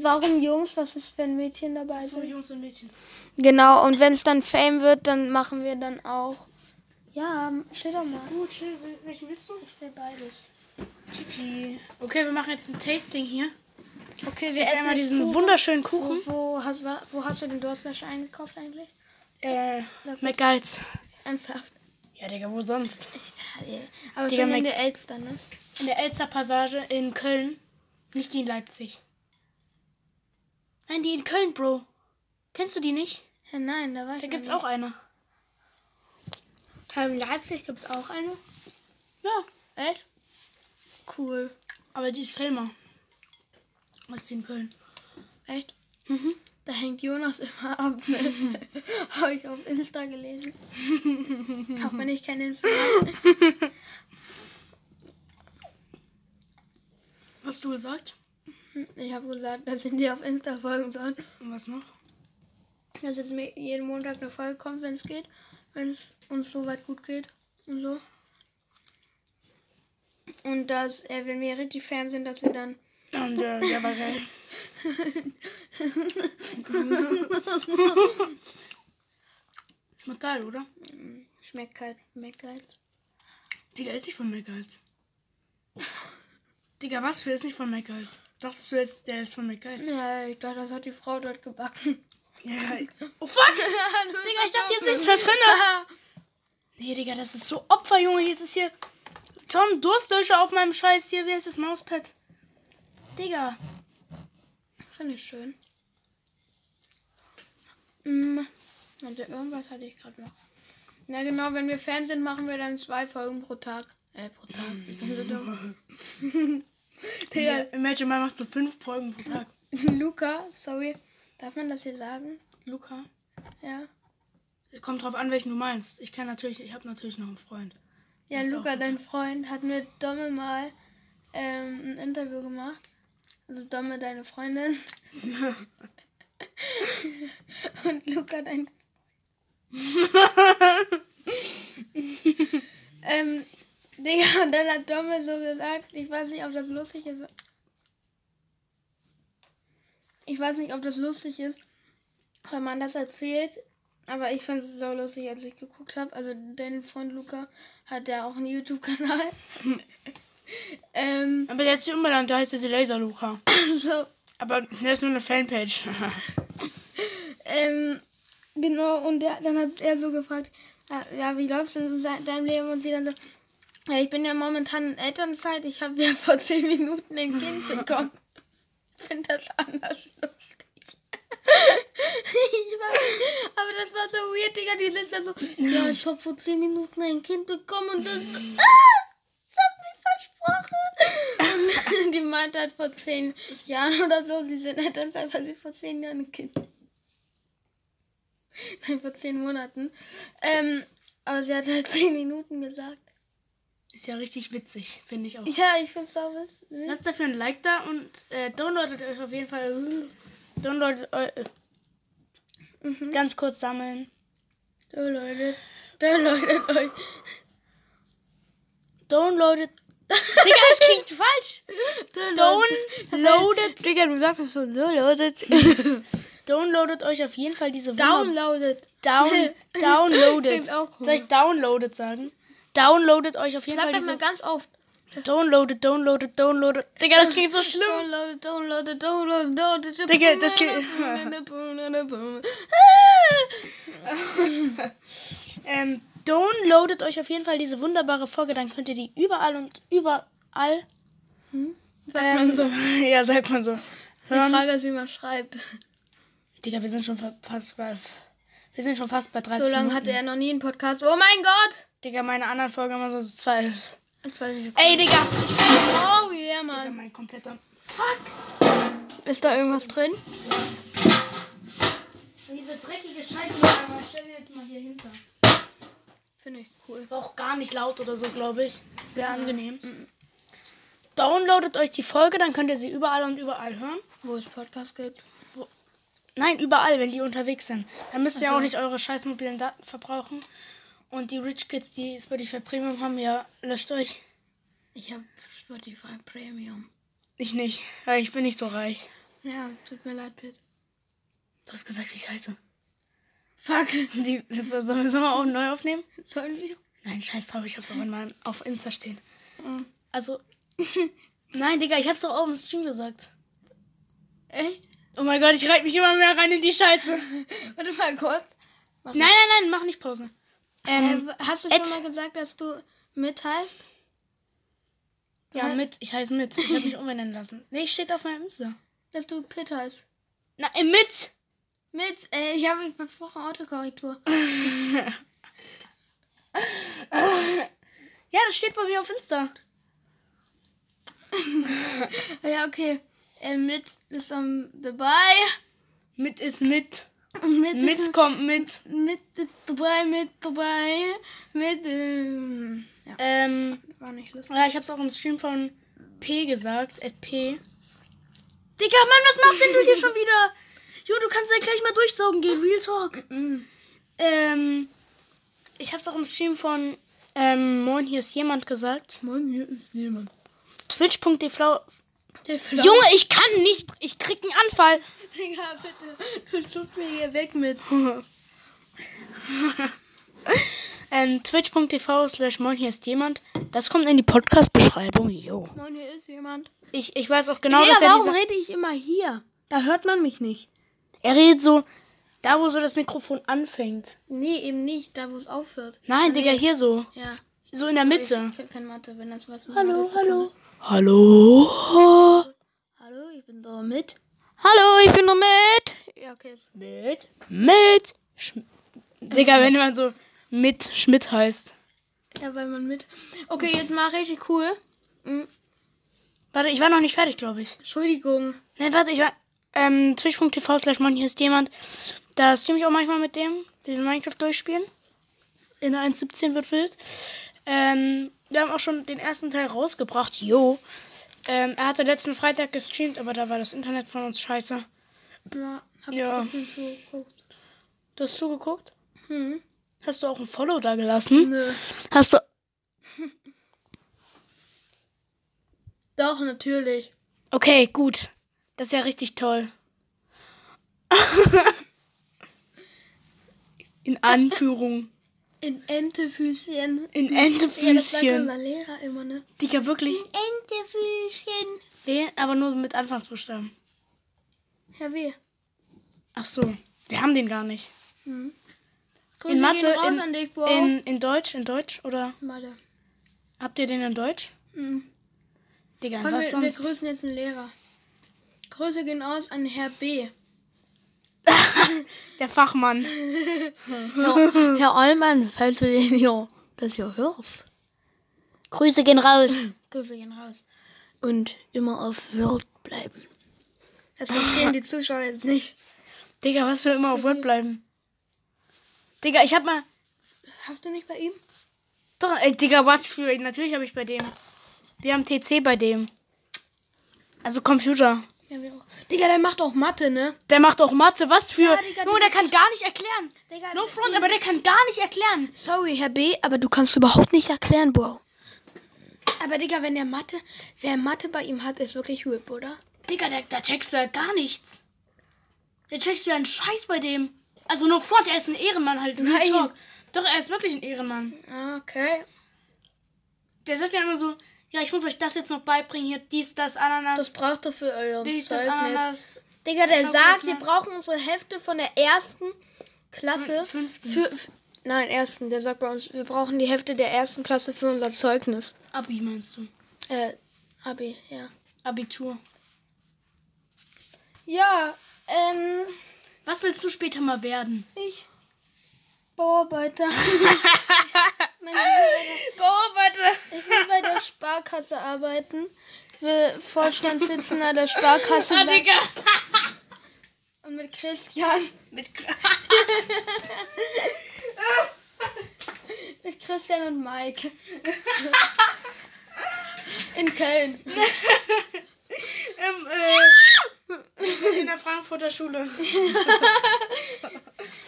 B: Warum Jungs? Was ist, wenn Mädchen dabei
A: So,
B: sind?
A: Jungs und Mädchen.
B: Genau, und wenn es dann Fame wird, dann machen wir dann auch. Ja, stell doch mal.
A: Gut, schön. Oh, Wel- Welchen willst du?
B: Ich will beides.
A: Gigi. Okay, wir machen jetzt ein Tasting hier.
B: Okay, wir
A: Wir
B: essen
A: Einmal
B: jetzt
A: diesen
B: Äh, Kuchen.
A: wunderschönen
B: Wo,
A: Kuchen.
B: wo, hast, wa- wo hast du den Durstlösch eingekauft eigentlich?
A: Äh, McGuides.
B: Ernsthaft.
A: Ja, Digga, wo sonst?
B: Ich, sag dir. aber
A: Digga,
B: schon in
A: Mac-
B: der Elster, ne?
A: In der Elster-Passage in Köln. Nicht die in Leipzig. Nein, die in Köln, Bro. Kennst du die nicht?
B: Ja, nein, da war ich.
A: Da
B: noch
A: gibt's
B: nie.
A: auch eine.
B: In Leipzig gibt's auch eine.
A: Ja.
B: Echt? Cool.
A: Aber die ist Filmer. Als die in Köln.
B: Echt? Da hängt Jonas immer ab. Ne? Habe ich auf Insta gelesen. Auch wenn ich kein Insta habe.
A: Hast du gesagt?
B: Ich habe gesagt, dass ich dir auf Insta folgen soll.
A: Und was noch?
B: Dass jetzt mir jeden Montag eine Folge kommt, wenn es geht. Wenn es uns so weit gut geht. Und so. Und dass, äh, wenn wir richtig Fan sind, dass wir dann.
A: Und äh, der war geil. Schmeckt geil, oder?
B: Schmeckt halt, schmeckt halt.
A: Digga, ist nicht von McGuides. Digga, was für ist nicht von McGuides? Dachtest du jetzt, der ist von McGuides?
B: Ja, ich dachte, das hat die Frau dort gebacken.
A: Ja. Oh fuck! Digga, ich dachte, hier ist nichts mehr drin. Nee, Digga, das ist so Opfer, Junge. Hier ist es hier. Tom Durstlöscher auf meinem Scheiß hier. Wer ist das Mauspad? Digga.
B: Finde ich schön. Mm, warte, irgendwas hatte ich gerade noch. Na genau, wenn wir Fan sind, machen wir dann zwei Folgen pro Tag. Äh, pro Tag. Ich bin so dumm. Digga,
A: Imagine, man macht so fünf Folgen pro Tag.
B: Luca, sorry. Darf man das hier sagen?
A: Luca.
B: Ja.
A: Kommt drauf an, welchen du meinst. Ich kann natürlich, ich habe natürlich noch einen Freund.
B: Ja,
A: Ist
B: Luca,
A: auch-
B: dein Freund, hat mit Domme mal ähm, ein Interview gemacht. Also Domme, deine Freundin. Und Luca, dein. ähm, Digga, und dann hat Domme so gesagt, ich weiß nicht, ob das lustig ist. Ich weiß nicht, ob das lustig ist, weil man das erzählt. Aber ich fand es so lustig, als ich geguckt habe. Also dein Freund Luca hat ja auch einen YouTube-Kanal. ähm,
A: Aber der ist immer da heißt er sie Laser Luca.
B: so,
A: Aber das ist nur eine Fanpage.
B: ähm, genau, und der, dann hat er so gefragt, ja, ja, wie läuft's denn so in deinem Leben? Und sie dann so, ja, ich bin ja momentan in Elternzeit, ich habe ja vor zehn Minuten ein Kind bekommen. Ich finde das anders lustig. ich weiß, aber das war so weird, Digga, die sitzt da so, ja, ich habe vor zehn Minuten ein Kind bekommen und das, ah, das hat mir versprochen. Und die meinte halt vor zehn Jahren oder so, sie sind Elternzeit, weil sie vor zehn Jahren ein Kind Nein, vor zehn Monaten. Ähm, aber sie hat halt zehn Minuten gesagt.
A: Ist ja richtig witzig, finde ich auch.
B: Ja, ich find's auch witzig.
A: Lasst dafür ein Like da und äh, downloadet euch auf jeden Fall. äh, Downloadet eu
B: Mhm.
A: Ganz kurz sammeln.
B: Da läutet, da läutet euch.
A: Downloadet. Digga, das klingt falsch. Downloadet.
B: Digga, du sagst es so, da läutet.
A: Downloadet euch auf jeden Fall diese Wunder-
B: Downloadet.
A: Down, downloadet.
B: Klingt auch cool.
A: Soll ich downloadet sagen? Downloadet euch auf jeden
B: Sag
A: Fall
B: das mal
A: diese
B: ganz oft.
A: Downloaded, downloaded, downloaded. Digga, das klingt so schlimm.
B: Downloaded, downloaded, downloaded, downloaded.
A: Digga, das klingt- Ähm, downloadet euch auf jeden Fall diese wunderbare Folge, dann könnt ihr die überall und überall.
B: Sagt man so.
A: ja, sagt man so.
B: Die Frage ist, wie man schreibt.
A: Digga, wir sind schon fa- fast bei. Wir sind schon fast bei 30
B: So lange
A: Minuten.
B: hatte er noch nie einen Podcast. Oh mein Gott!
A: Digga, meine anderen Folgen haben so 12.
B: Ich weiß nicht.
A: Ey, Digga!
B: Oh, ja, Mann.
A: Digga, mein kompletter.
B: Ist da irgendwas drin?
A: Diese dreckige Scheiße, aber stell jetzt mal hier hinter.
B: Finde ich cool.
A: War auch gar nicht laut oder so, glaube ich. Sehr angenehm.
B: Mhm.
A: Downloadet euch die Folge, dann könnt ihr sie überall und überall hören.
B: Wo es Podcast gibt.
A: Nein, überall, wenn die unterwegs sind. Dann müsst ihr auch nicht eure scheiß mobilen Daten verbrauchen. Und die Rich Kids, die Spotify Premium haben, ja, löscht euch.
B: Ich habe Spotify Premium.
A: Ich nicht, weil ich bin nicht so reich.
B: Ja, tut mir leid, Pit.
A: Du hast gesagt, wie scheiße.
B: Fuck.
A: Die, sollen wir es nochmal auf, neu aufnehmen?
B: Sollen wir?
A: Nein, scheiß drauf, ich hab's auch in meinem, auf Insta stehen. Also. Nein, Digga, ich hab's doch auch im Stream gesagt.
B: Echt?
A: Oh mein Gott, ich reite mich immer mehr rein in die Scheiße.
B: Warte mal kurz.
A: Nein, nein, nein, mach nicht Pause. Ähm,
B: Äh, hast du schon
A: Ed.
B: mal gesagt, dass du mit heißt?
A: ja, mit. Ich heiße mit. Ich hab mich umbenennen lassen. Nee, steht auf meinem Insta.
B: Dass du Pit heißt.
A: Na, äh, mit!
B: Mit, äh, ich habe mich versprochen, Autokorrektur.
A: Ja, das steht bei mir auf Insta.
B: ja, okay. Äh, mit ist am dabei.
A: Mit ist mit.
B: Und mit,
A: Mit
B: ist,
A: kommt mit.
B: mit ist dabei, mit dabei. Mit, ähm, ja,
A: Ähm,
B: war nicht lustig.
A: ja, ich hab's auch im Stream von P gesagt. At P. Digga, Mann, was machst denn du hier schon wieder? Jo, du kannst ja gleich mal durchsaugen gehen. Real Talk.
B: Mhm.
A: Mm, Ähm, ich hab's auch im Stream von ähm, Moin, hier ist jemand gesagt.
B: Mann, hier ist jemand.
A: Twitch.tv.
B: Der Flau.
A: Junge, ich kann nicht. Ich krieg einen Anfall.
B: Digga, bitte. Du schubst mir hier weg mit.
A: ähm, Twitch.tv slash Moin, hier ist jemand. Das kommt in die Podcast-Beschreibung. Jo.
B: Mann, hier ist jemand.
A: Ich, ich weiß auch genau,
B: Digga,
A: dass er
B: warum
A: dieser,
B: rede ich immer hier? Da hört man mich nicht.
A: Er redet so. Da, wo so das Mikrofon anfängt.
B: Nee, eben nicht, da wo es aufhört.
A: Nein, Digga, hier so.
B: Ja.
A: So in der Mitte.
B: Ich hab keine Mathe, wenn das was mit Mathe
A: Hallo,
B: zu tun
A: hallo.
B: hat.
A: Hallo.
B: Hallo, ich bin da mit. Hallo, ich bin da mit. Ja, okay. Ist
A: Mit. Mit. Schm Digga, wenn jemand so mit Schmidt heißt.
B: ja, weil man mit. Okay, jetzt mal richtig cool. Mhm.
A: Warte, ich war noch nicht fertig, glaube ich.
B: Entschuldigung.
A: Nein, warte, ich war. Ähm, twitch.tv slash Mann, hier ist jemand. Da streame ich auch manchmal mit dem, den Minecraft durchspielen. In der 1.17 wird wild. Ähm, wir haben auch schon den ersten Teil rausgebracht. Jo. Ähm, er hatte letzten Freitag gestreamt, aber da war das Internet von uns scheiße.
B: Ja, hab
A: Ja.
B: trotzdem so geguckt.
A: Du hast zugeguckt?
B: Hm.
A: Hast du auch ein Follow da gelassen?
B: Nö.
A: Hast du.
B: Doch, natürlich.
A: Okay, gut. Das ist ja richtig toll. In Anführung.
B: In Entefüßchen.
A: In
B: Ja, das sagt
A: Entefüßchen.
B: unser Lehrer immer, ne?
A: Digga, wirklich.
C: Entefüßchen.
A: Nee, aber nur mit Anfangsbuchstaben.
B: Herr W.
A: Ach so. Wir haben den gar nicht.
B: Grüße
A: in Mathe,
B: gehen raus
A: in,
B: an dich, Bro.
A: in, in Deutsch, in Deutsch, oder
B: Mathe.
A: habt ihr den in Deutsch?
B: Mhm.
A: Digga,
B: Komm,
A: was
B: wir, wir
A: sonst?
B: grüßen jetzt einen Lehrer. Grüße gehen aus an Herr B.
A: Der Fachmann.
B: Herr Allmann, falls du den hier, das hier hörst.
A: Grüße gehen raus.
B: Grüße gehen raus.
C: Und immer auf World bleiben.
B: Das verstehen die Zuschauer jetzt nicht.
A: Digga, was wir immer auf
B: Mhm.
A: Web bleiben. Digga, ich hab mal.
B: Hast du nicht bei ihm?
A: Doch, ey, Digga, was für. Natürlich habe ich bei dem. Wir haben TC bei dem. Also Computer.
B: Ja, wir auch. Digga, der macht auch Mathe, ne?
A: Der macht auch Mathe, was für.
B: Digga,
A: Nur, der kann gar nicht erklären.
B: Digga,
A: No front, aber der kann gar nicht erklären.
B: Sorry, Herr B, aber du kannst überhaupt nicht erklären, Bro. Aber Digga, wenn der Mathe, wer Mathe bei ihm hat, ist wirklich Whip, oder?
A: Digga, da, da checkst du ja gar nichts. Da checkst du ja einen Scheiß bei dem. Also no front, er ist ein Ehrenmann halt. Real
B: Nein.
A: Talk. Doch, er ist wirklich ein Ehrenmann.
B: Ah, okay.
A: Der sagt ja immer so, ja, ich muss euch das jetzt noch beibringen, hier dies, das,
B: Das
A: Ananas,
B: braucht er für euren
A: dies, das,
B: Zeugnis.
A: Ananas.
B: Digga, der
A: Schau,
B: sagt,
A: was
B: wir
A: macht-
B: brauchen unsere Hefte von der ersten Klasse.
A: fünften.
B: Für, f- nein, ersten. Der sagt bei uns, wir brauchen die Hefte der ersten Klasse für unser Zeugnis.
A: Abi meinst du?
B: Äh, Abi, ja.
A: Abitur.
B: Ja, ähm,
A: Was willst du später mal werden?
B: ich. Bauarbeiter. Nein,
A: Oh, Bauarbeiter.
B: ich will bei der Sparkasse arbeiten. Ich will Vorstandssitzender der Sparkasse
A: Ah,
B: sein.
A: Digga.
B: Und mit Christian.
A: Mit
B: Mit Christian und Mike. In Köln.
A: Im, äh, in der Frankfurter Schule.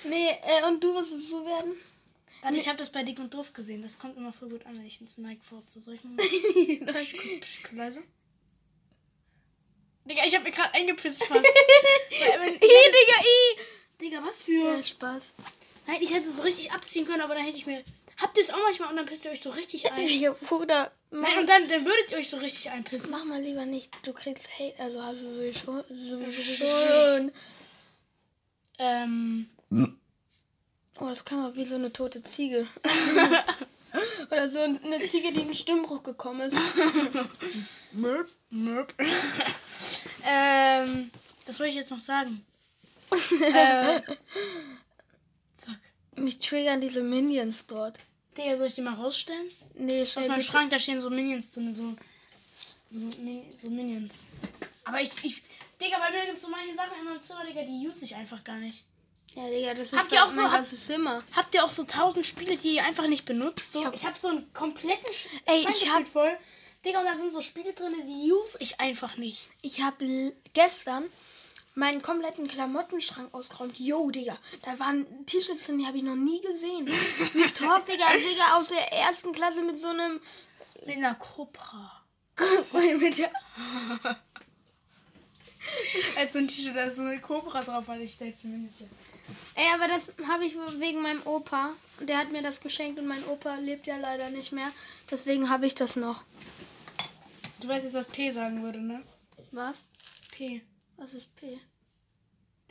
B: Nee, äh, und du wirst so werden?
A: Warte, ich habe das bei Dick und Doof gesehen. Das kommt immer voll gut an, wenn ich ins Mic furze. Soll ich mal psch, psch, psch, leise? Digga, ich habe mir gerade eingepisst fast. Weil, wenn,
C: Digga, i.
A: Digga, was für...
B: Ja, Spaß.
A: Nein, ich hätte so richtig abziehen können, aber dann hätte ich mir... Habt ihr es auch manchmal und dann pisst ihr euch so richtig ein.
B: Ja, Bruder,
A: Nein,
B: mach,
A: und dann, dann würdet ihr euch so richtig einpissen.
B: mach mal lieber nicht. Du kriegst Hate, also hast du sowieso sowieso schon.
A: Ähm,
B: Oh, das kam auch wie so eine tote Ziege. Oder so eine Ziege, die in den Stimmbruch gekommen ist.
A: Mörp, mörp. ähm, was wollte ich jetzt noch sagen? äh,
B: Mich triggern diese Minions dort.
A: Digga, soll ich die mal rausstellen?
B: Nee,
A: Aus
B: schnell
A: meinem
B: Äh, bitte.
A: Schrank, da stehen so Minions drin, so, so, Min so Minions. Aber ich, ich, Digga, bei mir gibt es so manche Sachen in meinem Zimmer, Digga, die use ich einfach gar nicht.
B: Ja, Digga, das ist
A: Habt
B: doch
A: ihr auch
B: mein
A: so- hab-
B: ganzes Zimmer.
A: Habt ihr auch so tausend Spiele, die ihr einfach nicht benutzt? So, ich habe so einen kompletten Sch
B: Ey, ich
A: Schrank
B: hab-
A: voll. Digga, und da sind so Spiele drin, die use ich einfach nicht.
B: Ich habe gestern meinen kompletten Klamottenschrank ausgeräumt. Yo, Digga, da waren T-Shirts drin, die habe ich noch nie gesehen. Wie top, Digga, Digga aus der ersten Klasse mit so einem...
A: Mit einer Cobra.
B: mit der
A: Als so ein T-Shirt, da ist so eine Cobra drauf, weil ich stell's mir nicht so.
B: Ey, aber das habe ich wegen meinem Opa. Der hat mir das geschenkt und mein Opa lebt ja leider nicht mehr. Deswegen habe ich das noch.
A: Du weißt jetzt, was P sagen würde, ne?
B: Was?
A: P.
B: Was ist P?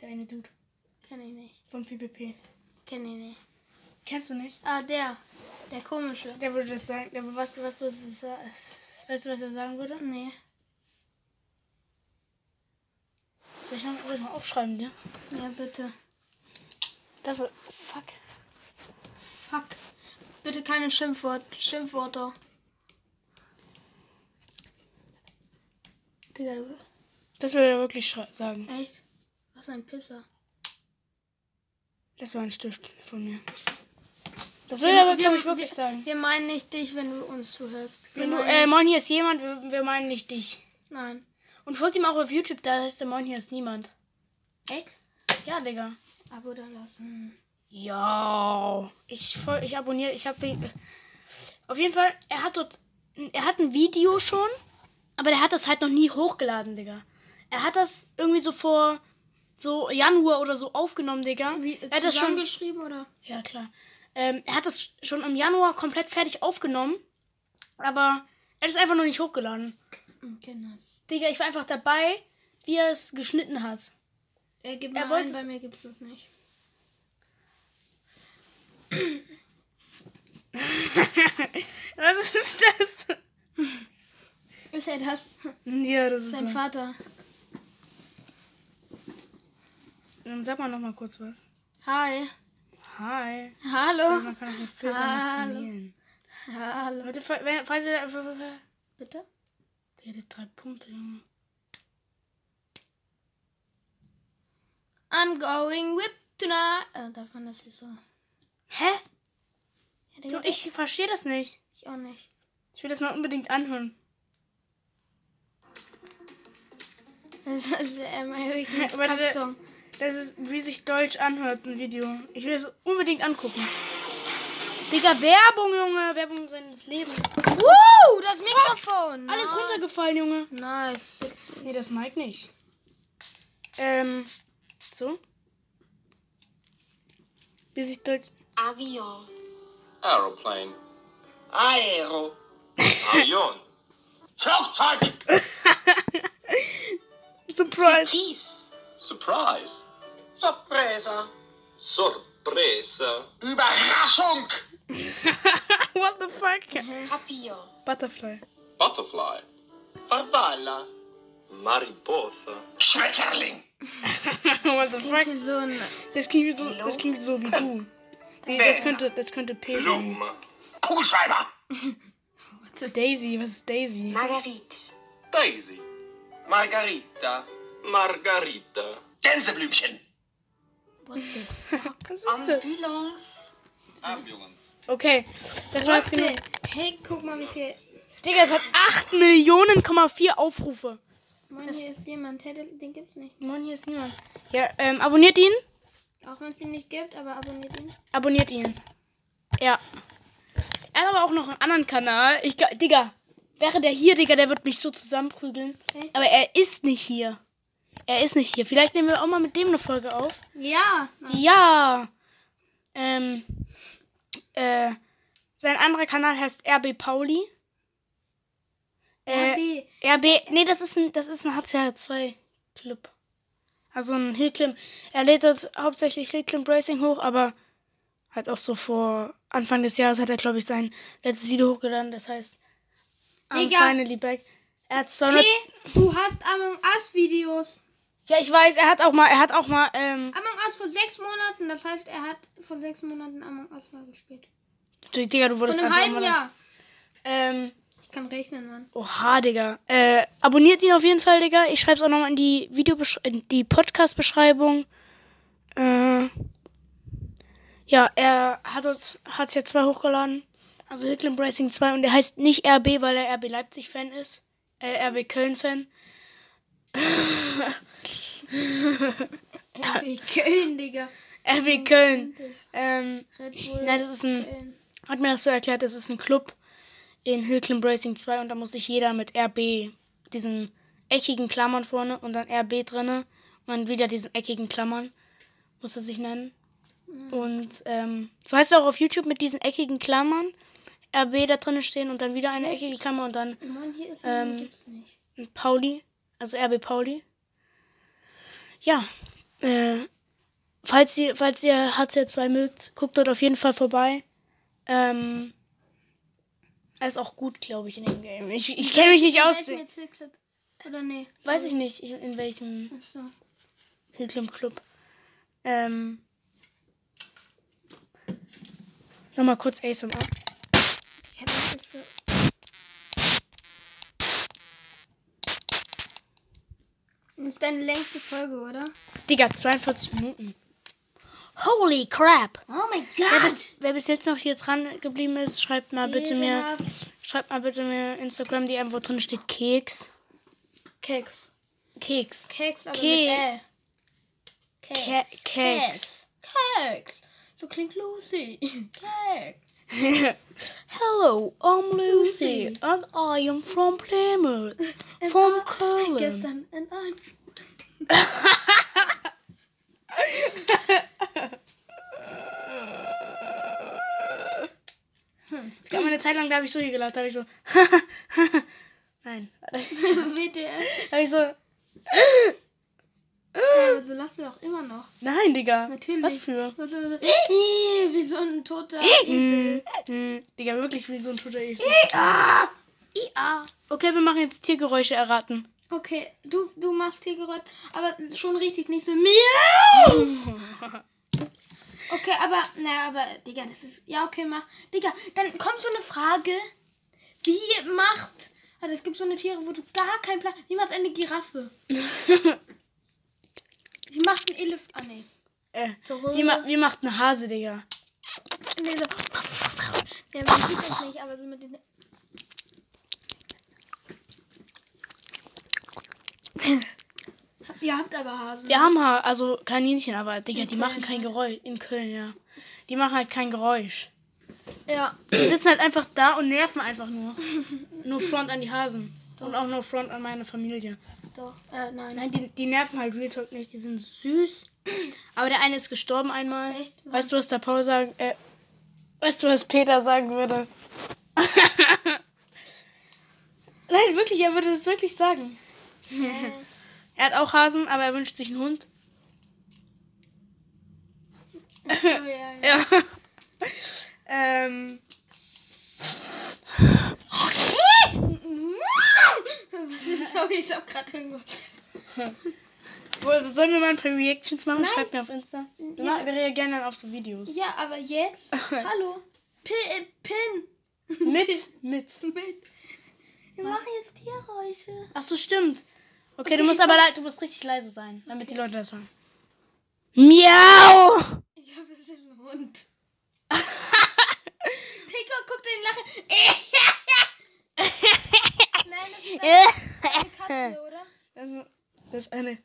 A: Der eine Dude
B: Kenn ich nicht.
A: von PPP.
B: Kenn ich nicht.
A: Kennst du nicht?
B: Ah, der. Der komische.
A: Der würde das sagen. Der, was, was, was, was, was, weißt du, was er sagen würde?
B: Nee.
A: Soll ich noch soll ich mal aufschreiben, dir?
B: Ja, bitte.
A: Das war. Fuck.
B: Fuck. Bitte keine Schimpfwort Schimpfwörter. Digga, du.
A: Das würde er wirklich schrei- sagen.
B: Echt? Was ein Pisser.
A: Das war ein Stift von mir. Das würde er, glaube ich, wirklich sagen.
B: Genau, Wir meinen nicht dich, wenn du uns zuhörst. Wir
A: Wenn du,
B: meinen-
A: äh, moin, hier ist jemand, wir, wir meinen nicht dich.
B: Nein.
A: Und folgt ihm auch auf YouTube, da heißt der Moin, hier ist niemand.
B: Echt?
A: Ja, Digga.
B: Abo da lassen.
A: Ja. Ich voll, ich abonniere, ich habe den. äh, Auf jeden Fall, er hat dort, er hat ein Video schon, aber der hat das halt noch nie hochgeladen, Digga. Er hat das irgendwie so vor so Januar oder so aufgenommen, Digga.
B: Wie,
A: er hat das schon,
B: geschrieben oder?
A: ja klar. Ähm, er hat das schon im Januar komplett fertig aufgenommen, aber er hat es einfach noch nicht hochgeladen.
B: Okay, nice.
A: Digga, ich war einfach dabei, wie er es geschnitten hat.
B: Er gibt
A: Er
B: mir
A: wollte
B: ein, bei
A: es-
B: mir gibt's das nicht.
A: Was ist das?
B: Ist er das?
A: Ja, das ist
B: Sein
A: so.
B: Vater.
A: Ähm, Sag mal noch mal kurz was.
B: Hi.
A: Hi.
B: Hallo.
A: Man kann auch mit Filtern
B: Oh, Hallo.
A: nicht trainieren.
B: Hallo.
A: Leute, fa- wenn- falls ihr... fa- fa- fa-
B: Bitte?
A: Der hat drei Punkte, Junge.
B: I'm going whip tonight. Äh, darf man das hier so?
A: Hä? Du,
B: Ja, Digga,
A: ich verstehe das nicht.
B: ich auch nicht.
A: Ich will das mal unbedingt anhören.
B: Das ist äh, der American
A: Aber der-
B: Cup Song.
A: Das ist, wie sich Deutsch anhört, ein Video. Ich will es unbedingt angucken. Digga, Werbung, Junge. Werbung seines Lebens.
B: Woo, Oh, das Mikrofon.
A: Alles
B: Na-
A: runtergefallen, Junge.
B: Nice.
A: Nee, das Mike nicht. Ähm, so. Wie sich Deutsch...
D: Avion.
E: Aeroplane.
D: Aero.
E: Avion. Flugzeug.
A: Surprise.
D: Peace.
E: Surprise.
D: Sorpresa.
E: Surpresa. Überraschung.
A: What the fuck?
D: Papillon.
A: Butterfly.
E: Butterfly.
D: Farfalla.
E: Mariposa. Schmetterling.
A: What the fuck?
B: Hier so ein
A: Das klingt so, das klingt so wie du. Nee, das könnte, das könnte P sein.
E: Blume. Kugelschreiber.
A: Daisy, was ist Daisy?
D: Marguerite.
E: Daisy.
D: Margarita.
E: Margarita. Gänseblümchen.
A: Was ist das?
D: Ambulance.
E: Ambulance.
A: Okay, das war's genug.
B: Trotzdem. Hey, guck mal, wie viel.
A: Digga, es hat 8 Millionen, 4 Aufrufe.
B: Mann, hier ist jemand. Hey, den den gibt's nicht.
A: Mann, hier ist niemand. Ja, ähm, abonniert ihn.
B: Auch wenn es ihn nicht gibt, aber abonniert ihn.
A: Abonniert ihn. Ja. Er hat aber auch noch einen anderen Kanal. Ich, glaub- Digga, wäre der hier, Digga, der wird mich so zusammenprügeln.
B: Echt?
A: Aber er ist nicht hier. Er ist nicht hier. Vielleicht nehmen wir auch mal mit dem eine Folge auf.
B: Ja. Mann.
A: Ja. Ähm, äh, sein anderer Kanal heißt RB Pauli. Äh,
B: RB.
A: RB, nee, das ist ein, das ist ein HCH2 Clip. Also ein Hillclim. Er lädt dort hauptsächlich Hillclim Racing hoch, aber halt auch so vor Anfang des Jahres hat er, glaube ich, sein letztes Video hochgeladen. Das heißt, I'm
B: Digga.
A: finally back. Er hat 200,
B: P, du hast Among Us Videos.
A: Ja, ich weiß, er hat auch mal, er hat auch mal, ähm,
B: Among Us vor sechs Monaten. Das heißt, er hat vor sechs Monaten Among Us mal gespielt.
A: Digga, du
B: Vor
A: wurdest
B: einem
A: einfach
B: halben
A: mal.
B: Jahr.
A: Ähm,
B: Ich kann rechnen, Mann.
A: Oha, Digga. Äh, abonniert ihn auf jeden Fall, Digga. Ich schreibe es auch nochmal in die Video in die Podcast-Beschreibung. Äh, ja, er hat uns hat's ja zwei hochgeladen. Also Hicklin Racing 2 und der heißt nicht RB, weil er RB Leipzig-Fan ist. Äh, RB Köln-Fan.
B: RB Köln, Digga.
A: RB Äh, Köln. Ähm,
B: Red Bull.
A: Nein, das ist ein-
B: Köln.
A: hat mir das so erklärt, das ist ein Club in Hillclimb Racing 2 und da muss sich jeder mit RB, diesen eckigen Klammern vorne und dann RB drinne und dann wieder diesen eckigen Klammern, muss er sich nennen.
B: Mhm.
A: Und ähm, so heißt er auch auf YouTube mit diesen eckigen Klammern, RB da drinne stehen und dann wieder eine eckige Klammer und dann
B: Mann, hier ist er.
A: Ähm,
B: den gibt's nicht.
A: Pauli, also RB Pauli. Ja, äh, falls ihr, falls ihr HCR2 mögt, guckt dort auf jeden Fall vorbei. Ähm, er ist auch gut, glaube ich, in dem Game. Ich, ich kenne mich nicht aus.
B: Welchen jetzt hier Clip? Oder nee?
A: Weiß ich nicht, in, in welchem
B: Achso.
A: Hillclimb Club. Ähm, Nochmal kurz ASMR.
B: Ich hab das jetzt so. Das ist deine längste Folge, oder?
A: Digga, 42 Minuten. Holy crap!
B: Oh mein
A: Wer bis, wer bis jetzt noch hier dran geblieben ist, schreibt mal bitte mir.
B: genau.
A: Schreibt mal bitte mir Instagram DM, wo drin steht Keks.
B: Keks.
A: Keks.
B: Keks, aber
A: Ke-
B: mit L.
A: Ke Keks.
B: Keks. So klingt Lucy. Keks.
A: Hello, I'm Lucy and I am from Plymouth. From Köln.
B: Gestern in einem.
A: Ich habe eine Zeit lang, da habe ich so hier gelacht, da habe ich so. Nein.
B: WTF.
A: Da habe ich so.
B: Aber so also lassen wir auch immer noch.
A: Nein, Digga.
B: Natürlich.
A: Was für?
B: Was immer so. Ih, Wie so ein toter. Esel.
A: Mhm. Mhm. Digga, wirklich wie so ein toter Esel. Ia. Okay, wir machen jetzt Tiergeräusche erraten.
B: Okay, du, du machst Tiergeräusche, aber schon richtig, nicht so miau. Okay, aber, na, aber, Digga, das ist, ja, okay, mach. Digga, dann kommt so eine Frage, wie macht, also es gibt so eine Tiere, wo du gar keinen Plan, wie macht eine Giraffe? wie macht ein Elefant, ah, nee.
A: Äh,
B: Zurück.
A: wie, ma wie macht ein Hase, Digga?
B: Nee, so. Ja, man sieht das nicht, aber so mit den. Ihr habt aber Hasen.
A: Wir haben halt, also Kaninchen, aber Digga, die machen kein Geräusch. In Köln, ja. Die machen halt kein Geräusch.
B: Ja.
A: Die sitzen halt einfach da und nerven einfach nur. Nur Front an die Hasen. Und auch nur Front an meine Familie.
B: Doch. Äh, nein.
A: Nein, die, die nerven halt Real Talk nicht. Die sind süß. Aber der eine ist gestorben einmal.
B: Echt?
A: Weißt du, was der Paul sagen... Äh, weißt du, was Peter sagen würde? Nein, wirklich, er würde das wirklich sagen. er hat auch Hasen, aber er wünscht sich einen Hund.
B: So, Oh, ja, ja.
A: Ja. ähm,
B: Was ist Sorry, ich hab grad irgendwo.
A: wo- sollen wir mal ein paar Reactions machen?
B: Nein.
A: Schreibt mir auf Insta. Wir
B: Ja.
A: machen- wir reagieren dann auf so Videos.
B: Ja, aber jetzt. Hallo. Pin. äh, Pin.
A: Mit, mit.
B: Mit. Hm? Wir machen jetzt Tierräusche.
A: Ach so, stimmt. Okay, du musst aber lei- du musst richtig leise sein, damit die Leute das hören. Miau!
B: Ich glaube, das ist ein Hund. Igor guckt in die Lache. Nein, das ist eine Katze, oder?
A: Das ist, Also, das ist eine.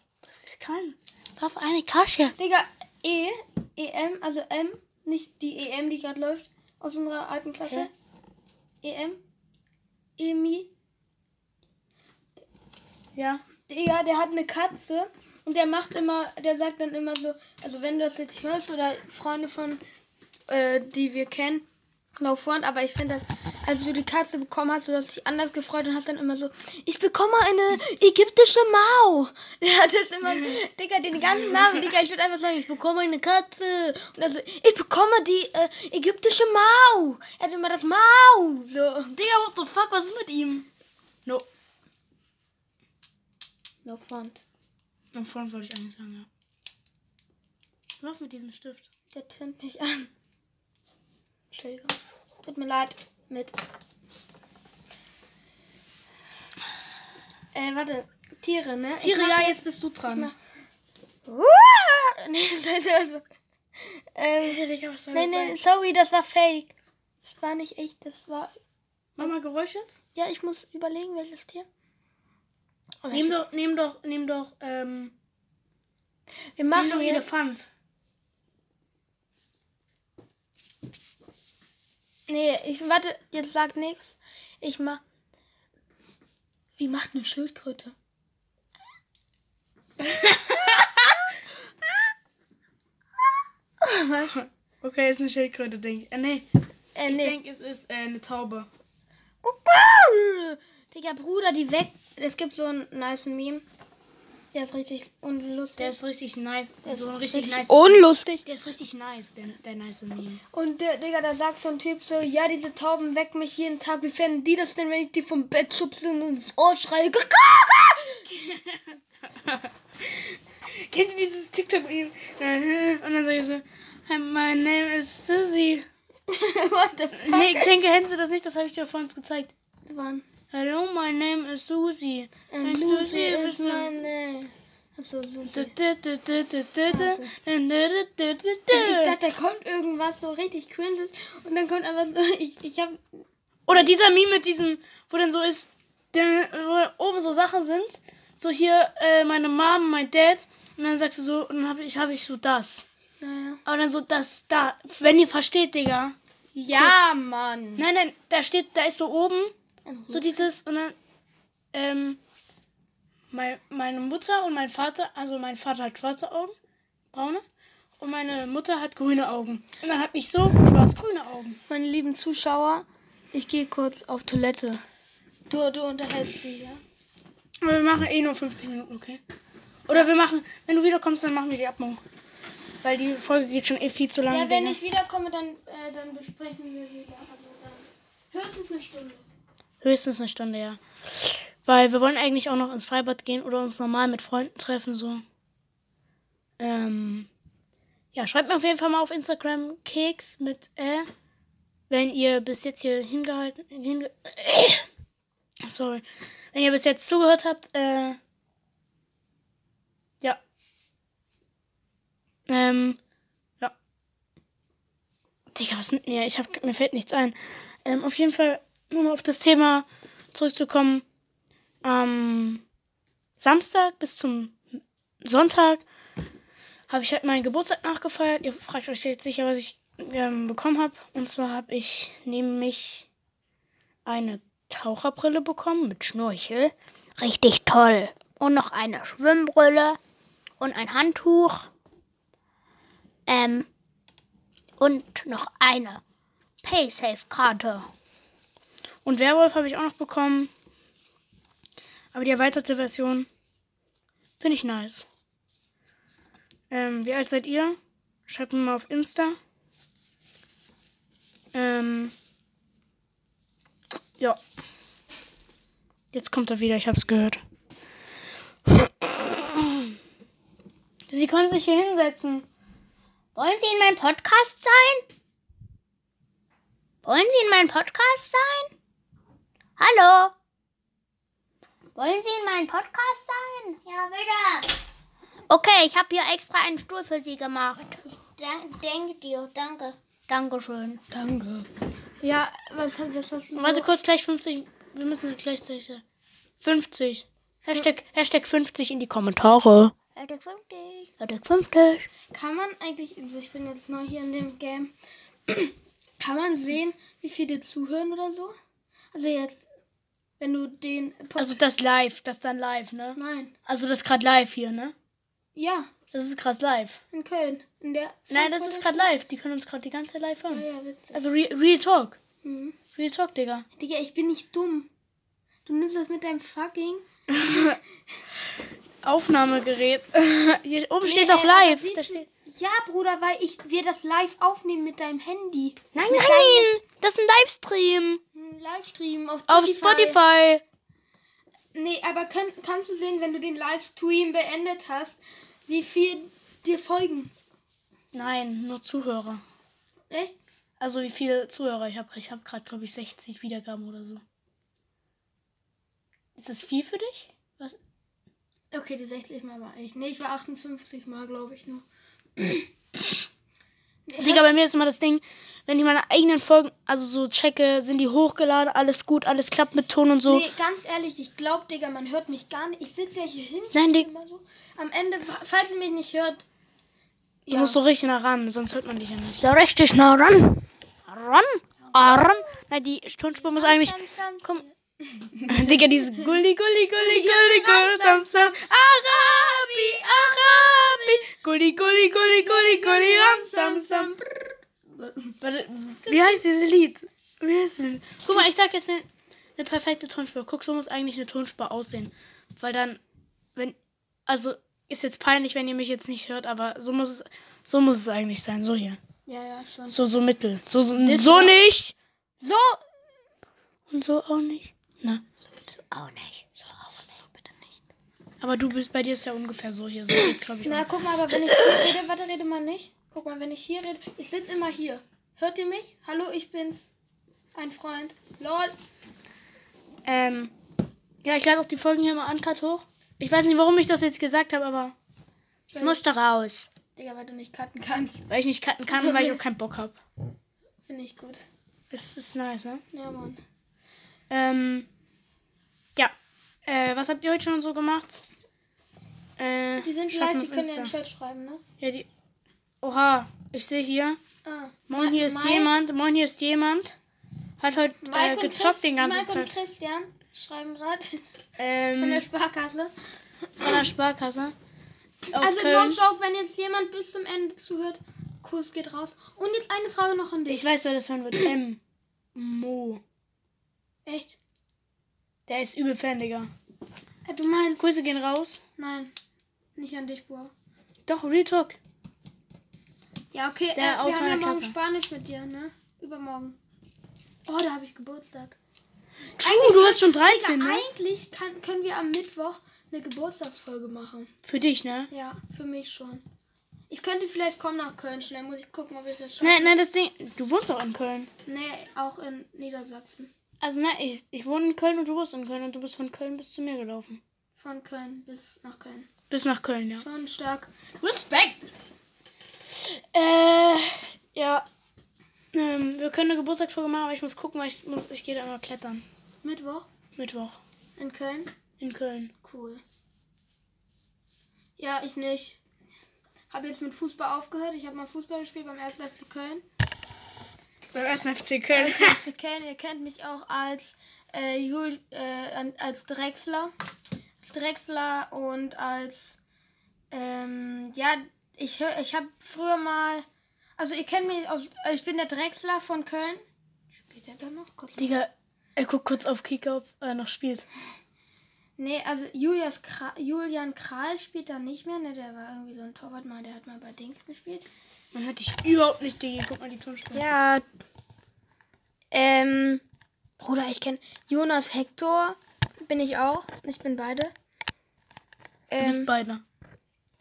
A: Kann.
C: Was eine Kasche.
B: Digga, E, EM, also M, nicht die EM, die gerade läuft, aus unserer alten Klasse. EM, Emi.
A: Ja.
B: Digga, der hat eine Katze und der macht immer, der sagt dann immer so, also wenn du das jetzt hörst oder Freunde von, äh, die wir kennen, lauf vorn, aber ich finde das, als du die Katze bekommen hast, du hast dich anders gefreut und hast dann immer so, ich bekomme eine ägyptische Mau. Der hat jetzt immer, Digga, den ganzen Namen, Digga, ich würde einfach sagen, ich bekomme eine Katze. Und also, ich bekomme die äh, ägyptische Mau. Er hat immer das Mau. So.
A: Digga, what the fuck, was ist mit ihm? No.
B: No front.
A: Und vorhin wollte ich eigentlich sagen, ja. Was läuft mit diesem Stift?
B: Der tönt mich an. Entschuldigung. Tut mir leid. Mit. Äh, warte. Tiere, ne? Ich
A: Tiere,
B: mach
A: ja, jetzt bist du dran.
B: mach- nee, scheiße, das war... Ähm,
A: Ja, Digga, was soll
B: nee,
A: das
B: nee,
A: sein?
B: sorry, das war fake. Das war nicht echt, das war...
A: Mach mal Geräusch jetzt.
B: Ja, ich muss überlegen, welches Tier. Oh,
A: Nehm
B: welches-
A: doch, nehm doch, nehm doch, ähm,
B: Wir
A: nehm doch
B: machen jetzt...
A: Elefant.
B: Nee, ich warte, jetzt sag nichts. Ich mach... Wie macht eine Schildkröte? Äh,
A: Was? Okay, ist eine Schildkröte, denke ich. Äh, nee,
B: Äh,
A: ich
B: nee.
A: denke, es ist äh, eine Taube.
B: Digga, Bruder, die weg. Es gibt so einen nice Meme. Der ist richtig unlustig.
A: Der ist richtig nice. so ein richtig, Oh, nice.
B: unlustig.
A: Der ist richtig nice, der, der nice Meme.
B: Und der, Digga, da sagt so ein Typ so, ja, diese Tauben wecken mich jeden Tag. Wie fänden die das denn, wenn ich die vom Bett schubse und ins Ohr schreie?
A: Kennt ihr dieses TikTok-Meme? Und dann sage ich so, "Hi, my name is Susie.
B: What the fuck?
A: Nee, ich denke, kennst du das nicht? Das habe ich dir vorhin gezeigt.
B: Wann?
A: Hello, my name is Susie.
B: And
A: Susi
B: Lucy is
A: ist so-
B: my name. Achso,
A: Du, du,
B: Susi.
A: du, du, du, du, du.
B: Wahnsinn.
A: Du, du, du, du,
B: Ich
A: du,
B: dachte,
A: du.
B: da kommt irgendwas so richtig cringes und dann kommt einfach so, ich, ich hab,
A: Oder dieser Meme mit diesem, wo dann so ist, der- wo oben so Sachen sind. So hier, äh, meine Mom, mein Dad. Und dann sagst du so, und dann habe ich, hab ich so das.
B: naja.
A: Aber dann so das, da. Wenn ihr versteht, Digga.
B: Ja, Mann.
A: Nein, nein, da steht, da ist so oben, so dieses, und dann, ähm, mein, meine Mutter und mein Vater, also mein Vater hat schwarze Augen, braune, und meine Mutter hat grüne Augen. Und dann hab ich so schwarz-grüne Augen.
B: Meine lieben Zuschauer, ich gehe kurz auf Toilette. Du, du unterhältst dich, ja?
A: Aber wir machen eh nur 50 Minuten, okay? Oder wir machen, wenn du wiederkommst, dann machen wir die Abmachung. Weil die Folge geht schon eh viel zu lange.
B: Ja, wenn
A: Digga.
B: ich wiederkomme, dann, äh, dann besprechen wir wieder. Also dann höchstens eine Stunde.
A: Höchstens eine Stunde, ja. Weil wir wollen eigentlich auch noch ins Freibad gehen oder uns normal mit Freunden treffen, so. Ähm. Ja, schreibt mir auf jeden Fall mal auf Instagram Keks mit äh, wenn ihr bis jetzt hier hingehalten. Hinge sorry. Wenn ihr bis jetzt zugehört habt, äh. Ja. Ähm. Ja. Digga, was mit mir? Ich hab, mir fällt nichts ein. Ähm, auf jeden Fall, um auf das Thema zurückzukommen. Am Samstag bis zum Sonntag habe ich halt meinen Geburtstag nachgefeiert. Ihr fragt euch jetzt sicher, was ich ähm, bekommen habe. Und zwar habe ich nämlich eine Taucherbrille bekommen mit Schnorchel.
C: Richtig toll. Und noch eine Schwimmbrille und ein Handtuch. Ähm. Und noch eine Paysafe-Karte.
A: Und Werwolf habe ich auch noch bekommen. Aber die erweiterte Version finde ich nice. Ähm, wie alt seid ihr? Schreibt mir mal auf Insta. Ähm, ja. Jetzt kommt er wieder, ich hab's gehört. Sie können sich hier hinsetzen.
C: Wollen Sie in meinem Podcast sein? Wollen Sie in meinem Podcast sein? Hallo? Wollen Sie in meinem Podcast sein?
F: Ja, bitte.
C: Okay, ich habe hier extra einen Stuhl für Sie gemacht.
F: Ich danke dir, danke.
C: Dankeschön.
A: Danke.
B: Ja, was, hab- was hast du so?
A: Warte kurz, gleich 50. Wir müssen gleichzeitig. 50. Hashtag, Hashtag 50 in die Kommentare.
C: Hashtag 50.
A: Hashtag 50.
B: Kann man eigentlich, also ich bin jetzt neu hier in dem Game, kann man sehen, wie viele zuhören oder so? Also jetzt, wenn du den Pod
A: Also das live, das dann live, ne?
B: Nein.
A: Also das ist gerade live hier, ne?
B: Ja,
A: Das ist gerade live.
B: in Köln. In der
A: Nein, das ist gerade live. Die können uns gerade die ganze Zeit live
B: Ja,
A: hören.
B: ja, witzig.
A: Also Re Real Talk.
B: Mhm.
A: Real Talk, Digga.
B: Digga, ich bin nicht dumm. Du nimmst das mit deinem fucking.
A: Aufnahmegerät. hier oben steht
B: Nee,
A: auch
B: aber
A: live.
B: siehst
A: Da
B: du-
A: steht
B: Ja, Bruder, weil ich wir das live aufnehmen mit deinem Handy.
A: nein, nein! Das ist ein Livestream.
B: Ein Livestream auf Spotify.
A: Auf Spotify.
B: Nee, aber kann, kannst du sehen, wenn du den Livestream beendet hast, wie viel dir folgen?
A: Nein, nur Zuhörer.
B: Echt?
A: Also wie viele Zuhörer ich habe. Ich habe gerade, glaube ich, 60 Wiedergaben oder so. Ist das viel für dich? Was?
B: Okay, die 60 Mal war ich. Nee, ich war 58 Mal, glaube ich, nur.
A: Digga, bei mir ist immer das Ding, wenn ich meine eigenen Folgen, also so checke, sind die hochgeladen, alles gut, alles klappt mit Ton und so.
B: Nee, ganz ehrlich, ich glaube, Digga, man hört mich gar nicht. Ich sitze ja hier hin.
A: Nein, Dig-
B: immer so. Am Ende, falls ihr mich nicht hört.
A: Du musst so richtig nah ran, sonst hört man dich ja nicht. So richtig nah ran. Ran? Ah, ran? Nein, die Tonspur muss eigentlich...
B: Sam, Sam,
A: Komm. Digga, diese Gulli, Gulli, Gulli, Gulli, Gulli, Sam, Sam. Arabi, Arabi. Gulli, Gulli, Gulli, Gulli, Gulli, Ram, Sam, Sam. Warte, wie heißt dieses Lied? Wie heißt es? Guck mal, ich sag jetzt eine, eine perfekte Tonspur. Guck, so muss eigentlich eine Tonspur aussehen. Weil dann, wenn, also ist jetzt peinlich, wenn ihr mich jetzt nicht hört, aber so muss es, so muss es eigentlich sein. So hier.
B: Ja, ja, schon.
A: So, so mittel. So, so, so nicht.
B: So!
A: Und so auch nicht. Na.
C: Auch nicht. So auch nicht. Bitte nicht.
A: Aber du bist, bei dir ist ja ungefähr so hier. So geht, glaube ich.
B: Na,
A: auch.
B: guck mal, aber wenn ich hier rede, warte, rede mal nicht. Guck mal, wenn ich hier rede, ich sitze immer hier. Hört ihr mich? Hallo, ich bin's. Ein Freund. Lol.
A: Ähm, ja, ich lade auch die Folgen hier mal an, Kat hoch. Ich weiß nicht, warum ich das jetzt gesagt habe, aber es
B: Weil-
A: musste raus.
B: Digga, weil du nicht cutten kannst.
A: Weil ich nicht cutten kann und weil ich auch keinen Bock habe.
B: Finde ich gut.
A: Das ist nice, ne?
B: Ja, Mann.
A: Ähm, ja. Äh, was habt ihr heute schon so gemacht? Äh,
B: Die sind
A: schaut mal
B: live, die
A: auf
B: können
A: Insta.
B: ja in den Chat schreiben, ne?
A: Ja, die. Oha, ich sehe hier.
B: Ah.
A: Moin, hier ist
B: Mike-
A: jemand. Moin, hier ist jemand. Hat heute äh,
B: Mike und
A: gezockt
B: Chris-
A: den ganzen Hm.
B: Mike und
A: Tag.
B: Christian schreiben gerade von der
A: Ähm,
B: Sparkasse.
A: von der Sparkasse. Aus
B: Also
A: Köln.
B: no joke, wenn jetzt jemand bis zum Ende zuhört, Kuss geht raus. Und jetzt eine Frage noch an dich.
A: Ich weiß, wer das hören wird. M. Mo.
B: Echt?
A: Der ist übel Fan, Digga.
B: Äh, Du meinst?
A: Grüße gehen raus.
B: Nein, nicht an dich, Boa.
A: Doch, Real Talk.
B: Ja, okay.
A: Der
B: äh,
A: aus
B: wir
A: meiner
B: haben ja morgen
A: Klasse.
B: Spanisch mit dir, ne? Übermorgen. Oh, da habe ich Geburtstag.
A: True, du hast schon 13,
B: Digga,
A: ne?
B: Eigentlich kann, können wir am Mittwoch eine Geburtstagsfolge machen.
A: Für dich, ne?
B: Ja, für mich schon. Ich könnte vielleicht kommen nach Köln schnell. Muss ich gucken, ob ich das schaffe.
A: Nein, nein, das Ding. Du wohnst auch in Köln.
B: Nee, auch in Niedersachsen.
A: Also, nein, ich, ich wohne in Köln und du wohnst in Köln und du bist von Köln bis zu mir gelaufen.
B: Von Köln bis nach Köln.
A: Bis nach Köln, ja.
B: Schon stark. Respekt!
A: Äh, ja. Ähm, wir können eine Geburtstagsfolge machen, aber ich muss gucken, weil ich muss, ich gehe da immer klettern.
B: Mittwoch
A: Mittwoch.
B: in Köln.
A: In Köln.
B: Cool. Ja, ich nicht. Habe jetzt mit Fußball aufgehört. Ich habe mal Fußball gespielt beim 1. FC Köln.
A: Beim ersten FC Köln.
B: 1. FC Köln, ihr kennt mich auch als äh, Jul, äh, an- als Drechsler. Als Drechsler und als ähm, ja, ich hör, ich habe früher mal also ihr kennt mich aus äh, ich bin der Drechsler von Köln. Spielt er da noch? Kurz
A: Digga, er guckt kurz auf Kicker, ob er noch spielt.
B: Nee, also Julius Kra Julian Kral spielt da nicht mehr, ne? Der war irgendwie so ein Torwart mal, der hat mal bei Dings gespielt.
A: Man hört dich überhaupt nicht, Digga. Guck mal die Tonspur.
B: Ja. Ähm, Bruder, ich kenne Jonas Hector, bin ich auch. Ich bin beide.
A: Du bist
B: Ähm,
A: beide.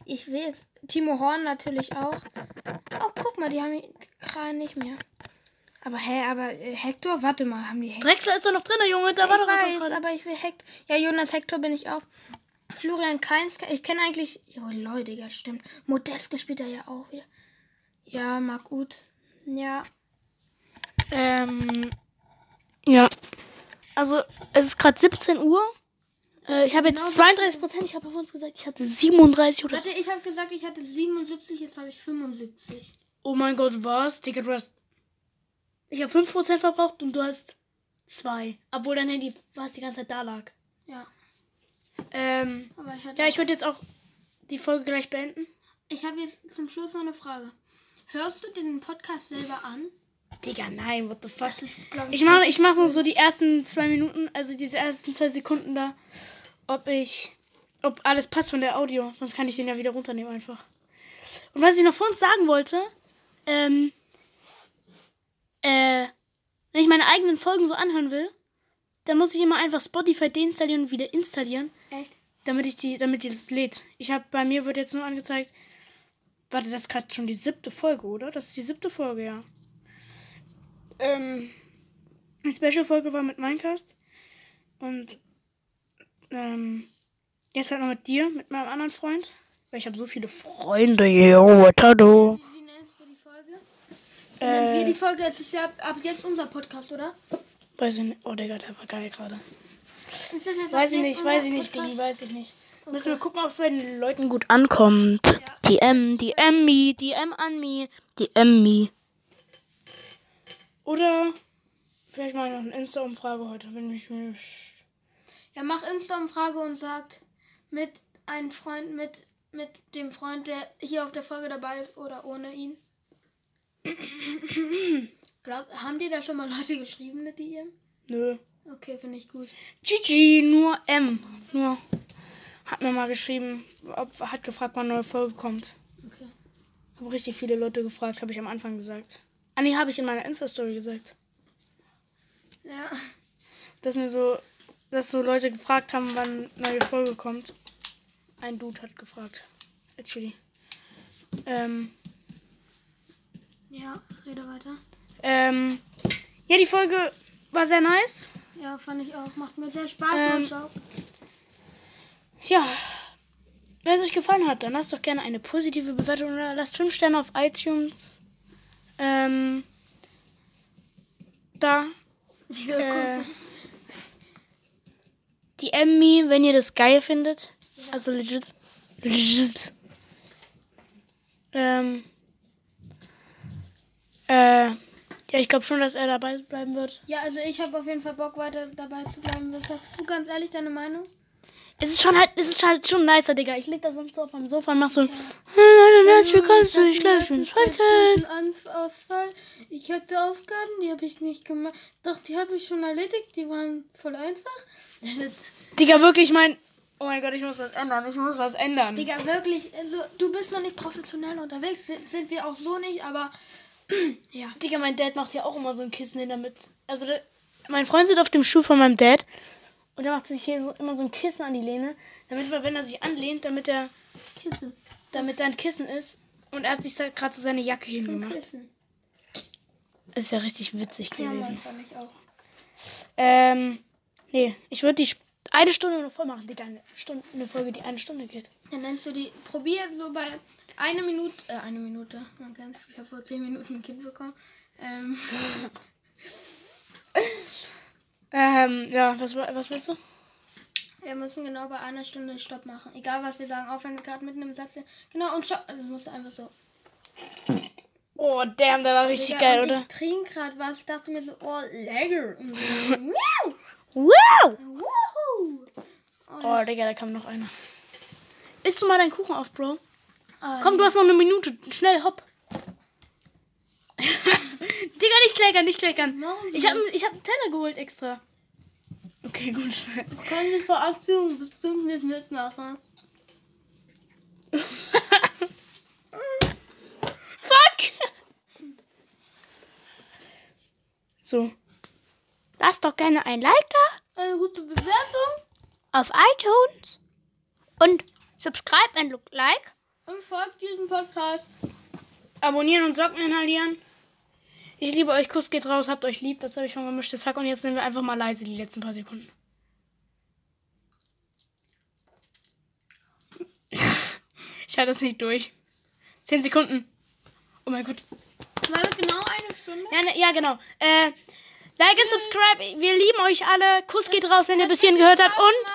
B: ich will jetzt Timo Horn natürlich auch. Oh, guck mal, die haben ihn Kral nicht mehr. Aber hä, aber äh, Hector, warte mal, haben die Hector?
A: Drexler ist doch noch drin, der Junge. Da war doch
B: ich
A: einer
B: weiß,
A: dran.
B: aber ich will Hector. Ja, Jonas Hector bin ich auch. Florian Kainz, ich kenne eigentlich. Jo, lol, Digga, stimmt. Modeske spielt er ja auch wieder. Ja, Marc Uth. Ja.
A: Ähm, ja. Also, es ist gerade 17 Uhr. Äh, ich habe jetzt 32 Prozent. Ich habe auf uns gesagt, ich hatte 37 oder so.
B: Warte, ich habe gesagt, ich hatte 77, jetzt habe ich 75.
A: Oh mein Gott, was? Digga, du hast. Ich habe 5% verbraucht und du hast 2. Obwohl dein Handy fast die ganze Zeit da lag.
B: Ja,
A: Ähm,
B: aber ich hatte.
A: ja, ich würde jetzt auch die Folge gleich beenden.
B: ich habe jetzt zum Schluss noch eine Frage. Hörst du den Podcast selber an?
A: Digga, nein, what the fuck?
B: Das ist, glaube
A: Ich mache ich mach so, so die ersten zwei Minuten, also diese ersten zwei Sekunden da, ob ich. ob alles passt von der Audio. Sonst kann ich den ja wieder runternehmen einfach. Und was ich noch vor uns sagen wollte, ähm. Äh. Wenn ich meine eigenen Folgen so anhören will, dann muss ich immer einfach Spotify deinstallieren und wieder installieren,
B: Echt?
A: damit ich die, damit die das lädt. Ich habe bei mir wird jetzt nur angezeigt, warte, das ist gerade schon die siebte Folge, oder? Das ist die siebte Folge, ja. Ähm, eine Special-Folge war mit Minecast. Und ähm, jetzt halt noch mit dir, mit meinem anderen Freund. Weil ich habe so viele Freunde hier. Oh, what a do.
B: Wie, wie nennst du die Folge? Wie nennen wir
A: Äh,
B: die Folge? Es ist ja ab, ab jetzt unser Podcast, oder?
A: weiß ich nicht. Oh, Digga, der war geil gerade.
B: Ist das jetzt ab
A: Weiß ich
B: jetzt
A: nicht,
B: unser
A: weiß ich nicht,
B: Podcast?
A: Diggi, weiß ich nicht. Müssen wir gucken, ob es bei den Leuten gut ankommt. DM, DM me, DM an me, DM me. Oder vielleicht mache ich noch eine Insta-Umfrage heute, wenn ich mich
B: Ja, mach Insta-Umfrage und sagt mit einem Freund, mit, mit dem Freund, der hier auf der Folge dabei ist oder ohne ihn. Glaub, haben dir da schon mal Leute geschrieben, ne, die ihr?
A: Nö.
B: Okay, finde ich gut.
A: Gigi, nur M. Nur. Hat mir mal geschrieben, ob, hat gefragt, wann eine neue Folge kommt.
B: Okay.
A: Haben richtig viele Leute gefragt, habe ich am Anfang gesagt. Ah, nee, habe ich in meiner Insta-Story gesagt.
B: Ja.
A: Dass mir so, dass so Leute gefragt haben, wann eine neue Folge kommt. Ein Dude hat gefragt. Actually. Ähm,
B: Ja, rede weiter.
A: ähm, ja, die Folge war sehr nice.
B: Ja, fand ich auch. Macht mir sehr Spaß.
A: Ähm,
B: Ähm, ciao.
A: Ja. Wenn es euch gefallen hat, dann lasst doch gerne eine positive Bewertung oder lasst 5 Sterne auf iTunes. Ähm, da.
B: Wieder
A: Äh,
B: kurz.
A: die Emmy, wenn ihr das geil findet. Also legit. Legit. Ähm. Äh. Ja, ich glaube schon, dass er dabei bleiben wird.
B: Ja, also ich habe auf jeden Fall Bock, weiter dabei zu bleiben. Was sagst du ganz ehrlich deine Meinung?
A: Es ist schon halt, es ist halt schon nicer, Digga. Ich lieg da sonst so auf meinem Sofa und mach so. Hey Leute, und herzlich willkommen zu Ich glaube, ich bin Podcast.
B: Ausfall. Ich hatte Aufgaben, die habe ich nicht gemacht. Doch, die habe ich schon erledigt. Die waren voll einfach.
A: Digga, wirklich mein. Oh mein Gott, ich muss was ändern. Ich muss was ändern.
B: Digga, wirklich. Also, du bist noch nicht professionell unterwegs. Sind, sind wir auch so nicht, aber ja.
A: Digga, mein Dad macht ja auch immer so ein Kissen hin damit. Also, der, mein Freund sitzt auf dem Schuh von meinem Dad und der macht sich hier so, immer so ein Kissen an die Lehne, damit, man, wenn er sich anlehnt, damit er,
B: Kissen.
A: damit da ein Kissen ist. Und er hat sich da gerade so seine Jacke
B: Zum
A: hingemacht.
B: Kissen.
A: Ist ja richtig witzig
B: Ja,
A: gewesen.
B: Mann, fand ich auch.
A: ähm, nee, ich würde die Sp- eine Stunde noch voll machen, Digga. Eine, Stunde, eine Folge, die eine Stunde geht.
B: Dann nennst du die. Probier so bei eine Minute. Äh, eine Minute. Man kann's, ich habe vor zehn Minuten ein Kind bekommen. Ähm,
A: Ähm, ja, was, wa- was willst du?
B: wir müssen genau bei einer Stunde Stopp machen. Egal, was wir sagen. Auch wenn wir gerade mitten im Satz sind. Genau, und Stopp. Also, es musst du einfach so.
A: Oh, damn, der war richtig
B: Digga,
A: geil,
B: und
A: oder?
B: Ich trinke gerade was, dachte mir so, oh, lecker. Und so, wow,
A: Wow!
B: wuhu. Und,
A: Oh, Digga, da kam noch einer. Isst du mal deinen Kuchen auf, Bro?
B: ähm,
A: Komm, du hast noch eine Minute. Schnell, hopp. Digga, nicht kleckern, nicht kleckern.
B: Warum?
A: Ich habe ich hab einen Teller geholt extra. Okay, gut.
B: Ich kann die Verabschiedung bestimmt nicht mitmachen.
A: Fuck! So.
C: Lasst doch gerne ein Like da
B: Eine gute Bewertung
C: auf iTunes und subscribe and look like.
B: und folgt diesem Podcast.
A: Abonnieren und Socken inhalieren. Ich liebe euch, Kuss geht raus, habt euch lieb. Das habe ich von gemischtes Hack. Und jetzt sind wir einfach mal leise die letzten paar Sekunden. Ich halte das nicht durch. Zehn Sekunden. Oh mein Gott.
B: War das genau eine Stunde?
A: Ja, ne, ja genau. Äh, like und subscribe. Wir lieben euch alle. Kuss geht raus, wenn ihr bis hierhin gehört habt. Und